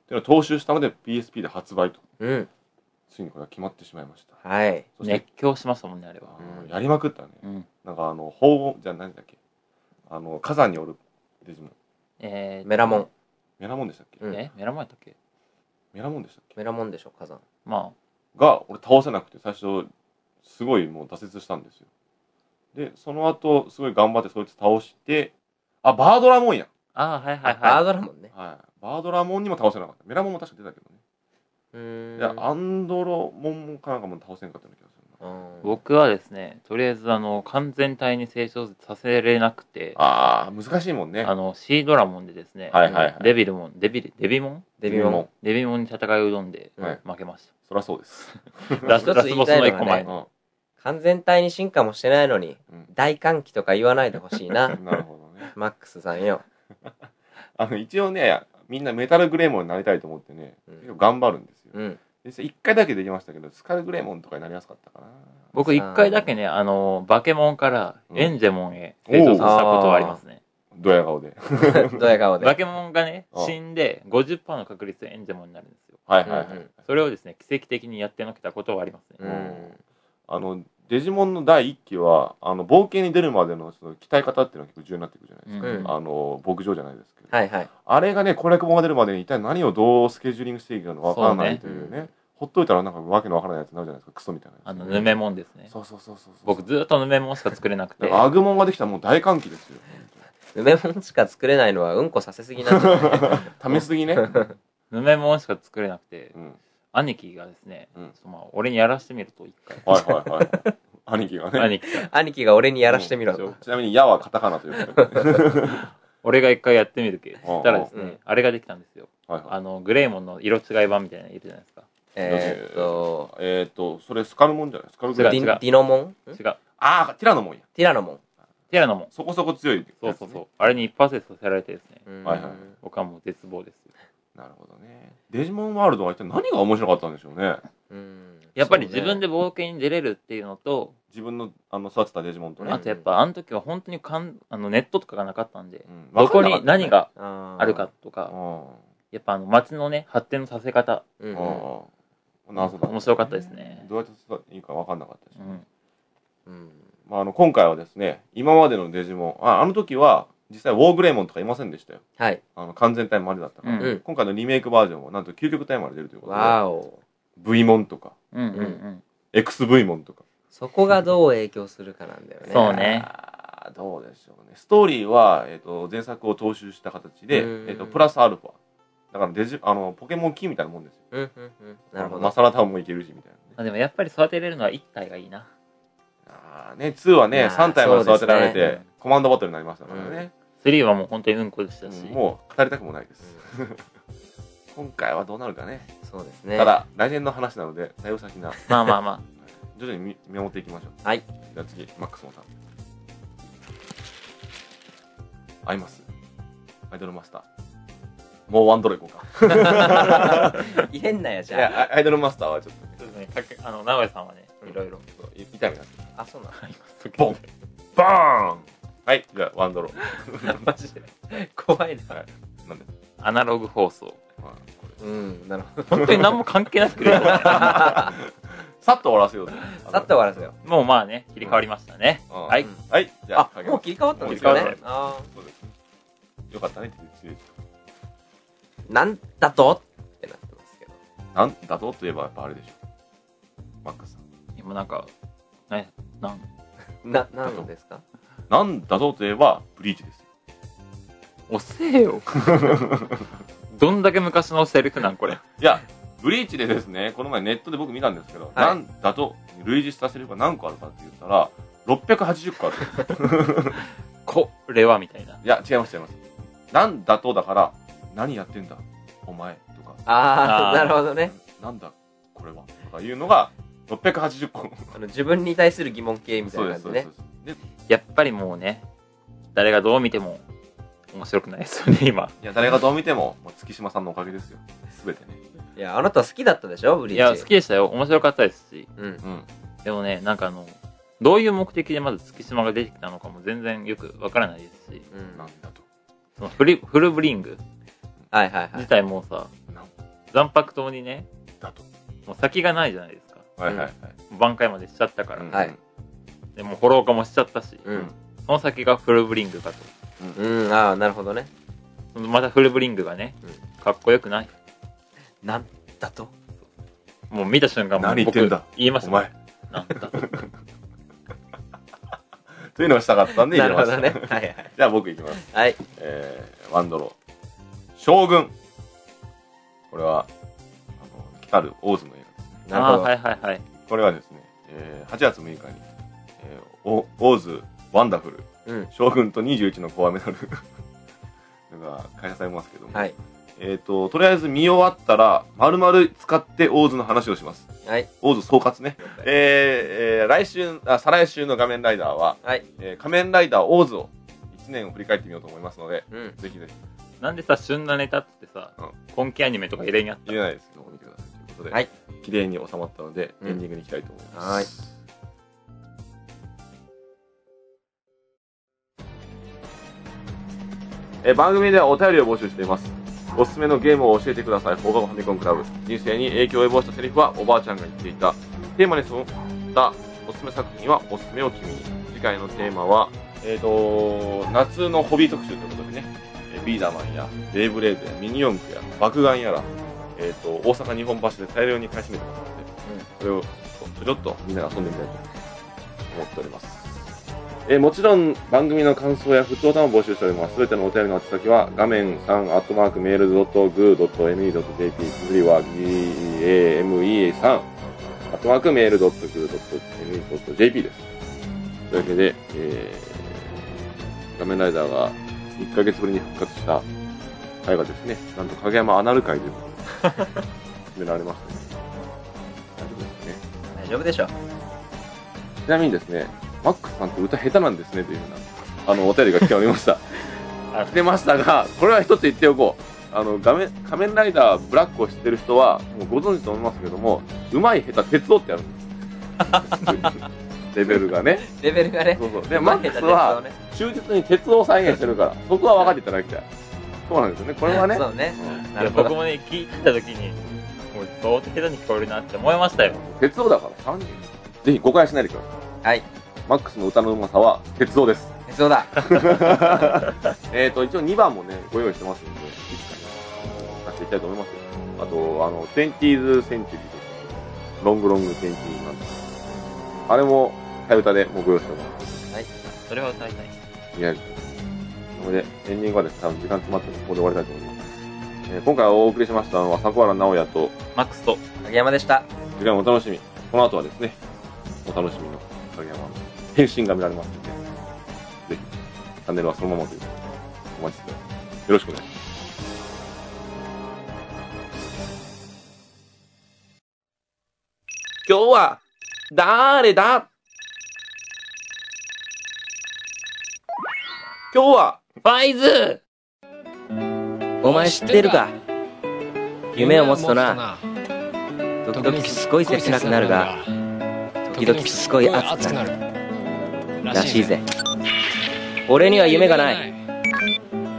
[SPEAKER 1] ていうのを踏襲したので PSP で発売と
[SPEAKER 4] うん。
[SPEAKER 1] ついにこれが決まってしまいました
[SPEAKER 4] はい。
[SPEAKER 1] そして、
[SPEAKER 2] 熱狂しましたもんね、あれは。
[SPEAKER 1] あ
[SPEAKER 4] うん
[SPEAKER 1] ーやりまくったね
[SPEAKER 2] うん。
[SPEAKER 1] なんかあの鳳凰じゃあ何だっけあの火山におるデジモン
[SPEAKER 2] えー、
[SPEAKER 4] メラモン。
[SPEAKER 1] メラモンでしたっけ、
[SPEAKER 4] うん
[SPEAKER 2] えメラモンやったっけ
[SPEAKER 1] メラモンでしたっけ
[SPEAKER 4] メラモンでしょ、火山。
[SPEAKER 2] ま
[SPEAKER 1] が俺倒せなくて最初すごいもう挫折したんですよでその後すごい頑張ってそいつ倒してあバードラモンや、
[SPEAKER 2] あ。ああ、はいはい
[SPEAKER 4] バー
[SPEAKER 2] はい。
[SPEAKER 4] ドラモンね。
[SPEAKER 1] はい、バードラモンにも倒せなかったメラモンも確か出たけどね
[SPEAKER 4] うーん。
[SPEAKER 1] いや、アンドロモンかなんかも倒せんかったような気がするな。
[SPEAKER 4] うん
[SPEAKER 2] 僕はですね、とりあえず、あの、完全体に成長させれなくて、
[SPEAKER 1] ああ、難しいもんね。
[SPEAKER 2] あの、シードラモンでですね、
[SPEAKER 1] はいはいはい
[SPEAKER 2] デビルモン、デビル、デビモン
[SPEAKER 4] デビモン。
[SPEAKER 2] デビモンに戦いを挑んで、
[SPEAKER 1] はい
[SPEAKER 2] 負けまし
[SPEAKER 1] そりゃそうです。
[SPEAKER 2] た。ラス
[SPEAKER 4] 一
[SPEAKER 2] ラス
[SPEAKER 4] つ言
[SPEAKER 2] ボ
[SPEAKER 4] い
[SPEAKER 2] ス
[SPEAKER 4] たい
[SPEAKER 2] の
[SPEAKER 4] のはね
[SPEAKER 2] 一個前の。
[SPEAKER 1] う
[SPEAKER 4] 完全体に進化もしてないのに、
[SPEAKER 1] うん
[SPEAKER 4] 大歓喜とか言わないでほし いな
[SPEAKER 1] ん。なるほどね。
[SPEAKER 4] マックスさんよ
[SPEAKER 1] あの、一応ね、みんなメタルグレーモンになりたいと思ってね、
[SPEAKER 4] うん
[SPEAKER 1] 結構頑張るんですよ。
[SPEAKER 4] うん
[SPEAKER 1] 実際一回だけできましたけど、スカルグレーモンとかになりやすかったかな。
[SPEAKER 2] 僕一回だけね、あの、バケモンから
[SPEAKER 1] うん
[SPEAKER 2] エンジェモンへ成長させたことはありますね。
[SPEAKER 1] ドヤ顔で。
[SPEAKER 4] ドヤ顔で
[SPEAKER 2] バケモンがね
[SPEAKER 1] あ、
[SPEAKER 2] 死んで50%の確率でエンジェモンになるんですよ。
[SPEAKER 1] はいはいは
[SPEAKER 4] う
[SPEAKER 1] い
[SPEAKER 4] ん。
[SPEAKER 2] それをですね、奇跡的にやってなくたことはありますね。
[SPEAKER 4] うん
[SPEAKER 1] うんあの、デジモンの第一期は、あの、冒険に出るまでのその鍛え方っていうのが結構重要になってくるじゃないですか。
[SPEAKER 4] うん
[SPEAKER 1] あの、牧場じゃないですけど。
[SPEAKER 4] はいはい
[SPEAKER 1] あれがね、攻略本が出るまでに一体何をどうスケジューリングしていいかのわからないという
[SPEAKER 4] そう
[SPEAKER 1] ね
[SPEAKER 4] ね
[SPEAKER 1] ほっといたらなんかわけのわからないやつになるじゃないですか、クソみたいなやつ。
[SPEAKER 2] あの、ヌメモンですね。
[SPEAKER 1] そうそうそうそうそう。
[SPEAKER 2] 僕ずっとヌメモンしか作れなく
[SPEAKER 1] だ
[SPEAKER 2] て
[SPEAKER 1] か、らアグモンができたらもう大歓喜です よ。
[SPEAKER 4] 梅もんしか作れないのはうんこさせすぎなんじゃ ない
[SPEAKER 1] 試すぎね。
[SPEAKER 2] ヌメモンしか作れなくて
[SPEAKER 1] う、ん。
[SPEAKER 2] 兄貴がですね、
[SPEAKER 1] うん
[SPEAKER 2] その俺にやらしてみると一
[SPEAKER 1] はいはいはい。兄貴がね。
[SPEAKER 2] 回、兄貴が、
[SPEAKER 4] 兄貴が俺にやらしてみろ
[SPEAKER 1] うん
[SPEAKER 4] と
[SPEAKER 1] ちなみに、矢はカタカナということで。
[SPEAKER 2] 俺が一回やってみるけ、
[SPEAKER 1] ああ
[SPEAKER 2] したらです
[SPEAKER 4] う
[SPEAKER 2] ね
[SPEAKER 4] ん、
[SPEAKER 2] あれができたんですよ。
[SPEAKER 1] はいは
[SPEAKER 2] あ
[SPEAKER 1] い。
[SPEAKER 2] の、グレイモンの色違い版みたいなのいるじゃないですか。
[SPEAKER 4] えーっと
[SPEAKER 1] えーっと、それスカルモンじゃないスカル
[SPEAKER 4] デ
[SPEAKER 1] グレー
[SPEAKER 2] 違う
[SPEAKER 1] モン
[SPEAKER 4] ィディノモンん
[SPEAKER 2] 違う。
[SPEAKER 1] ああ、ティラノモンや。
[SPEAKER 4] ティラノモン
[SPEAKER 2] ティラノも、
[SPEAKER 1] そこそこ強い。
[SPEAKER 2] そうそうそう。。あれに一発でさせられてですね、
[SPEAKER 4] うん
[SPEAKER 1] はいはい
[SPEAKER 2] 僕はもう絶望ですよ。
[SPEAKER 1] なるほどね。デジモンワールドは一体何が面白かったんでしょうね。
[SPEAKER 4] うん
[SPEAKER 2] やっぱり
[SPEAKER 4] そうね
[SPEAKER 2] 自分で冒険に出れるっていうのと、
[SPEAKER 1] 自分の、あの、育てたデジモンとね
[SPEAKER 2] あ。とやっぱあの時は本当にかんあのネットとかがなかったんで、
[SPEAKER 1] うん
[SPEAKER 2] どこに何。が
[SPEAKER 4] あー
[SPEAKER 2] あるかと
[SPEAKER 1] わかんなかったね
[SPEAKER 2] か、
[SPEAKER 1] うん
[SPEAKER 2] やっぱあの街のね、発展のさせ方、
[SPEAKER 4] うん
[SPEAKER 1] ああ、謎だ、
[SPEAKER 2] 面白かったですね
[SPEAKER 1] どうやって育てていいか分かんなかったし、
[SPEAKER 2] うん、
[SPEAKER 4] うん
[SPEAKER 1] まあ、あの今回はですね今までのデジモンああの時は実際ウォーグレイモンとかいませんでしたよ
[SPEAKER 4] はい
[SPEAKER 1] あの完全体までだったから、
[SPEAKER 2] うん
[SPEAKER 1] 今回のリメイクバージョンはなんと究極体まで出るということで
[SPEAKER 4] わお
[SPEAKER 1] V モンとか
[SPEAKER 2] うんうんうん。
[SPEAKER 1] XV モンとか
[SPEAKER 4] そこがどう影響するかなんだよね
[SPEAKER 2] そうね
[SPEAKER 1] あーどうでしょうねストーリーは、えっと前作を踏襲した形で、
[SPEAKER 4] うん
[SPEAKER 1] えっとプラスアルファだからデジあのポケモンキーみたいなもんですよ
[SPEAKER 4] うんうんうんなるほ
[SPEAKER 1] マ
[SPEAKER 4] ど
[SPEAKER 1] サラタウンもいけるしみたいなね
[SPEAKER 2] まあでもやっぱり育てれるのは1体がいいな。
[SPEAKER 1] あーね2はいね
[SPEAKER 4] やー
[SPEAKER 1] 3体まで育てられて、
[SPEAKER 2] そうですね
[SPEAKER 1] コマンドバトルになりましたからね、
[SPEAKER 4] うん
[SPEAKER 2] 3はもう本当にうんこでしたし、
[SPEAKER 1] うんもう語りたくもないです、今回はどうなるかね
[SPEAKER 4] そうですね
[SPEAKER 1] ただ来年の話なのでだいぶ先な
[SPEAKER 2] まあまあまあ。
[SPEAKER 1] 徐々に見見守っていきましょう
[SPEAKER 4] はい
[SPEAKER 1] じゃあ次マックスモンさん合いますアイドルマスターもうワンドロいこうか
[SPEAKER 4] 入れんなよじ
[SPEAKER 1] い
[SPEAKER 4] ゃあ
[SPEAKER 1] やアイドルマスターはちょっとね
[SPEAKER 2] そうですね、かけあの直江さんはね、いろいろ。
[SPEAKER 1] ちょっとい痛みが
[SPEAKER 4] あそうなの
[SPEAKER 1] ボンバーンはいじゃあワンドロ
[SPEAKER 4] マジで怖いな
[SPEAKER 1] なんで、
[SPEAKER 2] アナログ放送。
[SPEAKER 1] まあ、これ
[SPEAKER 4] うんなるほど
[SPEAKER 2] 本当に何も関係なくて、
[SPEAKER 1] さっと終わらせようと
[SPEAKER 4] さっと終わらせよ
[SPEAKER 2] もうまあね、切り替わりましたね。
[SPEAKER 1] うん
[SPEAKER 2] はい。
[SPEAKER 4] う
[SPEAKER 1] はいじゃあ
[SPEAKER 4] あもう切り替わったんです
[SPEAKER 1] も
[SPEAKER 4] よ
[SPEAKER 1] う切り替わ
[SPEAKER 4] ね
[SPEAKER 1] った
[SPEAKER 4] あ
[SPEAKER 1] そうですねよかったねって言って
[SPEAKER 4] ーなんだとってなってますけど
[SPEAKER 1] なんだとといえばやっぱあれでしょマックスさん
[SPEAKER 2] 今なんか、な、なん、
[SPEAKER 4] ななんですか
[SPEAKER 1] なんだとといえばブリーチですよ
[SPEAKER 2] 遅えよ。 どんだけ昔のセリフなんこれ。
[SPEAKER 1] いやブリーチでですねこの前ネットで僕見たんですけど、なんだと類似したセリフが何個あるかって言ったら680個ある
[SPEAKER 2] これはみたいな。
[SPEAKER 1] いや違います違いますなんだとだから何やってんだお前とか
[SPEAKER 2] あー
[SPEAKER 4] ああなるほどね
[SPEAKER 1] なんだこれはとかいうのが680個
[SPEAKER 4] あの自分に対する疑問系みたいな
[SPEAKER 1] そ
[SPEAKER 4] 感
[SPEAKER 1] う
[SPEAKER 4] じ
[SPEAKER 1] です
[SPEAKER 4] ね
[SPEAKER 1] そうですで
[SPEAKER 2] やっぱりもうね、誰がどう見ても面白くないですよね、今。
[SPEAKER 1] いや誰がどう見ても、まあ、月島さんのおかげですよ全てね
[SPEAKER 4] いやあなた好きだったでしょブ
[SPEAKER 2] い
[SPEAKER 4] リーチ
[SPEAKER 2] や、好きでしたよ。面白かったですし。
[SPEAKER 4] うん
[SPEAKER 1] うん
[SPEAKER 2] でもね、なんかあの、どういう目的でまず月島が出てきたのかも全然よくわからないですし、
[SPEAKER 4] うん
[SPEAKER 1] なんだと。
[SPEAKER 2] そのフリフルブリング
[SPEAKER 4] はいはいは
[SPEAKER 2] 自
[SPEAKER 4] い。
[SPEAKER 2] 体もさ、
[SPEAKER 1] なん
[SPEAKER 2] 残白党にね、
[SPEAKER 1] だと。
[SPEAKER 2] もう先がないじゃないですか。
[SPEAKER 1] はいはい
[SPEAKER 2] 挽回までしちゃったか
[SPEAKER 1] はい。
[SPEAKER 2] ら。
[SPEAKER 4] はい
[SPEAKER 2] でもう、フォロー化もしちゃったし、
[SPEAKER 4] うん。
[SPEAKER 2] その先がフルブリングかと。
[SPEAKER 4] うん、ああ、なるほどね。
[SPEAKER 2] そのまたフルブリングがね
[SPEAKER 4] う、
[SPEAKER 2] かっこよくない。
[SPEAKER 4] なんだと
[SPEAKER 2] もう見た瞬間もう
[SPEAKER 1] 何言ってんだ
[SPEAKER 2] 言いまし
[SPEAKER 1] お
[SPEAKER 2] たもん。
[SPEAKER 1] 前。
[SPEAKER 2] なんだと。
[SPEAKER 1] というのがしたかったんで
[SPEAKER 4] な
[SPEAKER 1] 入れま
[SPEAKER 4] る
[SPEAKER 1] した。
[SPEAKER 4] ほどね。 はいはい。
[SPEAKER 1] じゃあ僕いきます。
[SPEAKER 4] はい。
[SPEAKER 1] えー、ワンドロー。将軍。これは、あの、来たる大津の映画ですね。
[SPEAKER 4] なる
[SPEAKER 2] あ
[SPEAKER 4] ほ
[SPEAKER 2] あ、
[SPEAKER 4] ど。
[SPEAKER 2] はいはいはい。
[SPEAKER 1] これはですね、えー8月6日に、えー、おオーズワンダフル、
[SPEAKER 4] うん
[SPEAKER 1] 将軍と21のコアメダル が開催されますけども、
[SPEAKER 4] はい。
[SPEAKER 1] えー、ととりあえず見終わったら丸々使ってオーズの話をします
[SPEAKER 4] はい。
[SPEAKER 1] オーズ総括ね、
[SPEAKER 4] 了解
[SPEAKER 1] えーえー来週あ再来週の「画面ライダーは」
[SPEAKER 4] はい。
[SPEAKER 1] えー仮面ライダーオーズ」を1年を振り返ってみようと思いますので
[SPEAKER 4] うん。
[SPEAKER 1] ぜひぜひ
[SPEAKER 2] なんでさ、旬なネタっつってさ
[SPEAKER 1] うん、
[SPEAKER 2] 今期アニメとか入れにあった
[SPEAKER 1] 言えないですけど見てくださいということで、
[SPEAKER 4] はい
[SPEAKER 1] 綺麗に収まったので、
[SPEAKER 4] うん
[SPEAKER 1] エンディングに行きたいと思います、
[SPEAKER 4] はい。
[SPEAKER 1] えー番組ではお便りを募集していますおすすめのゲームを教えてください放課後ファミコンクラブ人生に影響を及ぼしたセリフはおばあちゃんが言っていたテーマに沿ったおすすめ作品はおすすめを君に次回のテーマはえっ、と夏のホビー特集ということでねえービーダーマンやデイブレードやミニ四駆や爆弾やら、えっと大阪日本橋で大量に買い占めてますので、それをちょちょっとみんなで遊んでみたいと思っておりますえーもちろん番組の感想や不調談を募集しております。すべてのお便りの宛先は画面3アットマークメールドットグードット m e ドット j p つづりは game3 アットマークメールドットグードット m e ドット j p です。というわけで、えー、画面ライダーが1ヶ月ぶりに復活した回がですね、なんと影山アナル会ということで、決められましたね。大丈夫ですね。
[SPEAKER 4] 大丈夫でしょう。
[SPEAKER 1] ちなみにですね、マックスさんって歌下手なんですねというような、あの、お便りが来ておりました。あ来てましたが、これは一つ言っておこう。あの、画面、仮面ライダーブラックを知ってる人は、もうご存知と思いますけども、うまい下手、鉄道ってあるんです。レベルがね。
[SPEAKER 4] レベルがね。
[SPEAKER 1] そうそう。で、マックスは、
[SPEAKER 4] 負けた
[SPEAKER 1] 忠実に鉄道を再現してるから、そこは分かっていただきたい。そうなんですよね。これはね
[SPEAKER 4] 鉄。道ね。そうね。
[SPEAKER 1] うん
[SPEAKER 4] なるほど
[SPEAKER 2] 僕もね、聞いてた時に、もう相当下手に聞こえるなって思いましたよ。
[SPEAKER 1] 鉄道だから、3人。ぜひ誤解しないでください。
[SPEAKER 4] はい。
[SPEAKER 1] マックスの歌のうまさは、鉄道です。
[SPEAKER 4] 鉄道 だ。
[SPEAKER 1] えっと、一応2番もね、ご用意してますので、いつかに出していきたいと思いますよ。あと、あの、テンティーズセンチュリーです。ロングロングテンティーズなんですけどあれも、替え歌でもうご用意しております。
[SPEAKER 2] それは歌いたい。
[SPEAKER 1] いや、なので、エンディングはですね、多分時間詰まってるのでここで終わりたいと思います。えー今回お送りしましたのは、迫原直也と、
[SPEAKER 2] マックスと、
[SPEAKER 4] 影山でした。
[SPEAKER 1] 次回もお楽しみ。この後はですね、お楽しみの影山の変身が見られますので、ぜひ、チャンネルはそのままということで、お待ちしております。よろしくお願いします。
[SPEAKER 5] 今日は、誰だ今日は、
[SPEAKER 3] ファイズ
[SPEAKER 5] お前知ってるか
[SPEAKER 6] 夢を持つとな
[SPEAKER 5] 時
[SPEAKER 6] 時
[SPEAKER 5] 々
[SPEAKER 6] 々
[SPEAKER 5] す
[SPEAKER 6] す
[SPEAKER 5] っご
[SPEAKER 6] っご
[SPEAKER 5] い
[SPEAKER 6] い
[SPEAKER 5] 切
[SPEAKER 6] 切
[SPEAKER 5] な
[SPEAKER 6] な
[SPEAKER 5] くな
[SPEAKER 6] くな
[SPEAKER 5] る
[SPEAKER 6] る
[SPEAKER 5] が、
[SPEAKER 6] が
[SPEAKER 5] 時
[SPEAKER 6] 時
[SPEAKER 5] 々
[SPEAKER 6] 々
[SPEAKER 5] す
[SPEAKER 6] す
[SPEAKER 5] っご
[SPEAKER 6] っご
[SPEAKER 5] い
[SPEAKER 6] い
[SPEAKER 5] 熱
[SPEAKER 6] 熱
[SPEAKER 5] く
[SPEAKER 6] く
[SPEAKER 5] な
[SPEAKER 6] な
[SPEAKER 5] る
[SPEAKER 6] る
[SPEAKER 5] ら
[SPEAKER 6] ら
[SPEAKER 5] し
[SPEAKER 6] し
[SPEAKER 5] い
[SPEAKER 6] い
[SPEAKER 5] ぜ
[SPEAKER 6] ぜ。
[SPEAKER 5] 俺に
[SPEAKER 6] に
[SPEAKER 5] は
[SPEAKER 6] は
[SPEAKER 5] 夢
[SPEAKER 6] 夢
[SPEAKER 5] が
[SPEAKER 6] が
[SPEAKER 5] な。
[SPEAKER 6] ない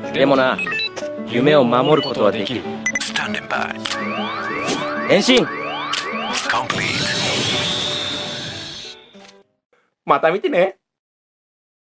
[SPEAKER 6] い
[SPEAKER 5] で
[SPEAKER 6] で
[SPEAKER 5] も
[SPEAKER 6] も
[SPEAKER 5] な
[SPEAKER 6] な、
[SPEAKER 5] 夢
[SPEAKER 6] 夢
[SPEAKER 5] を
[SPEAKER 6] を
[SPEAKER 5] 守る
[SPEAKER 6] 守る
[SPEAKER 5] こ
[SPEAKER 6] ことと
[SPEAKER 5] は
[SPEAKER 6] は
[SPEAKER 5] で
[SPEAKER 6] で
[SPEAKER 5] き
[SPEAKER 6] き
[SPEAKER 5] る
[SPEAKER 6] る。
[SPEAKER 5] 変身また見てね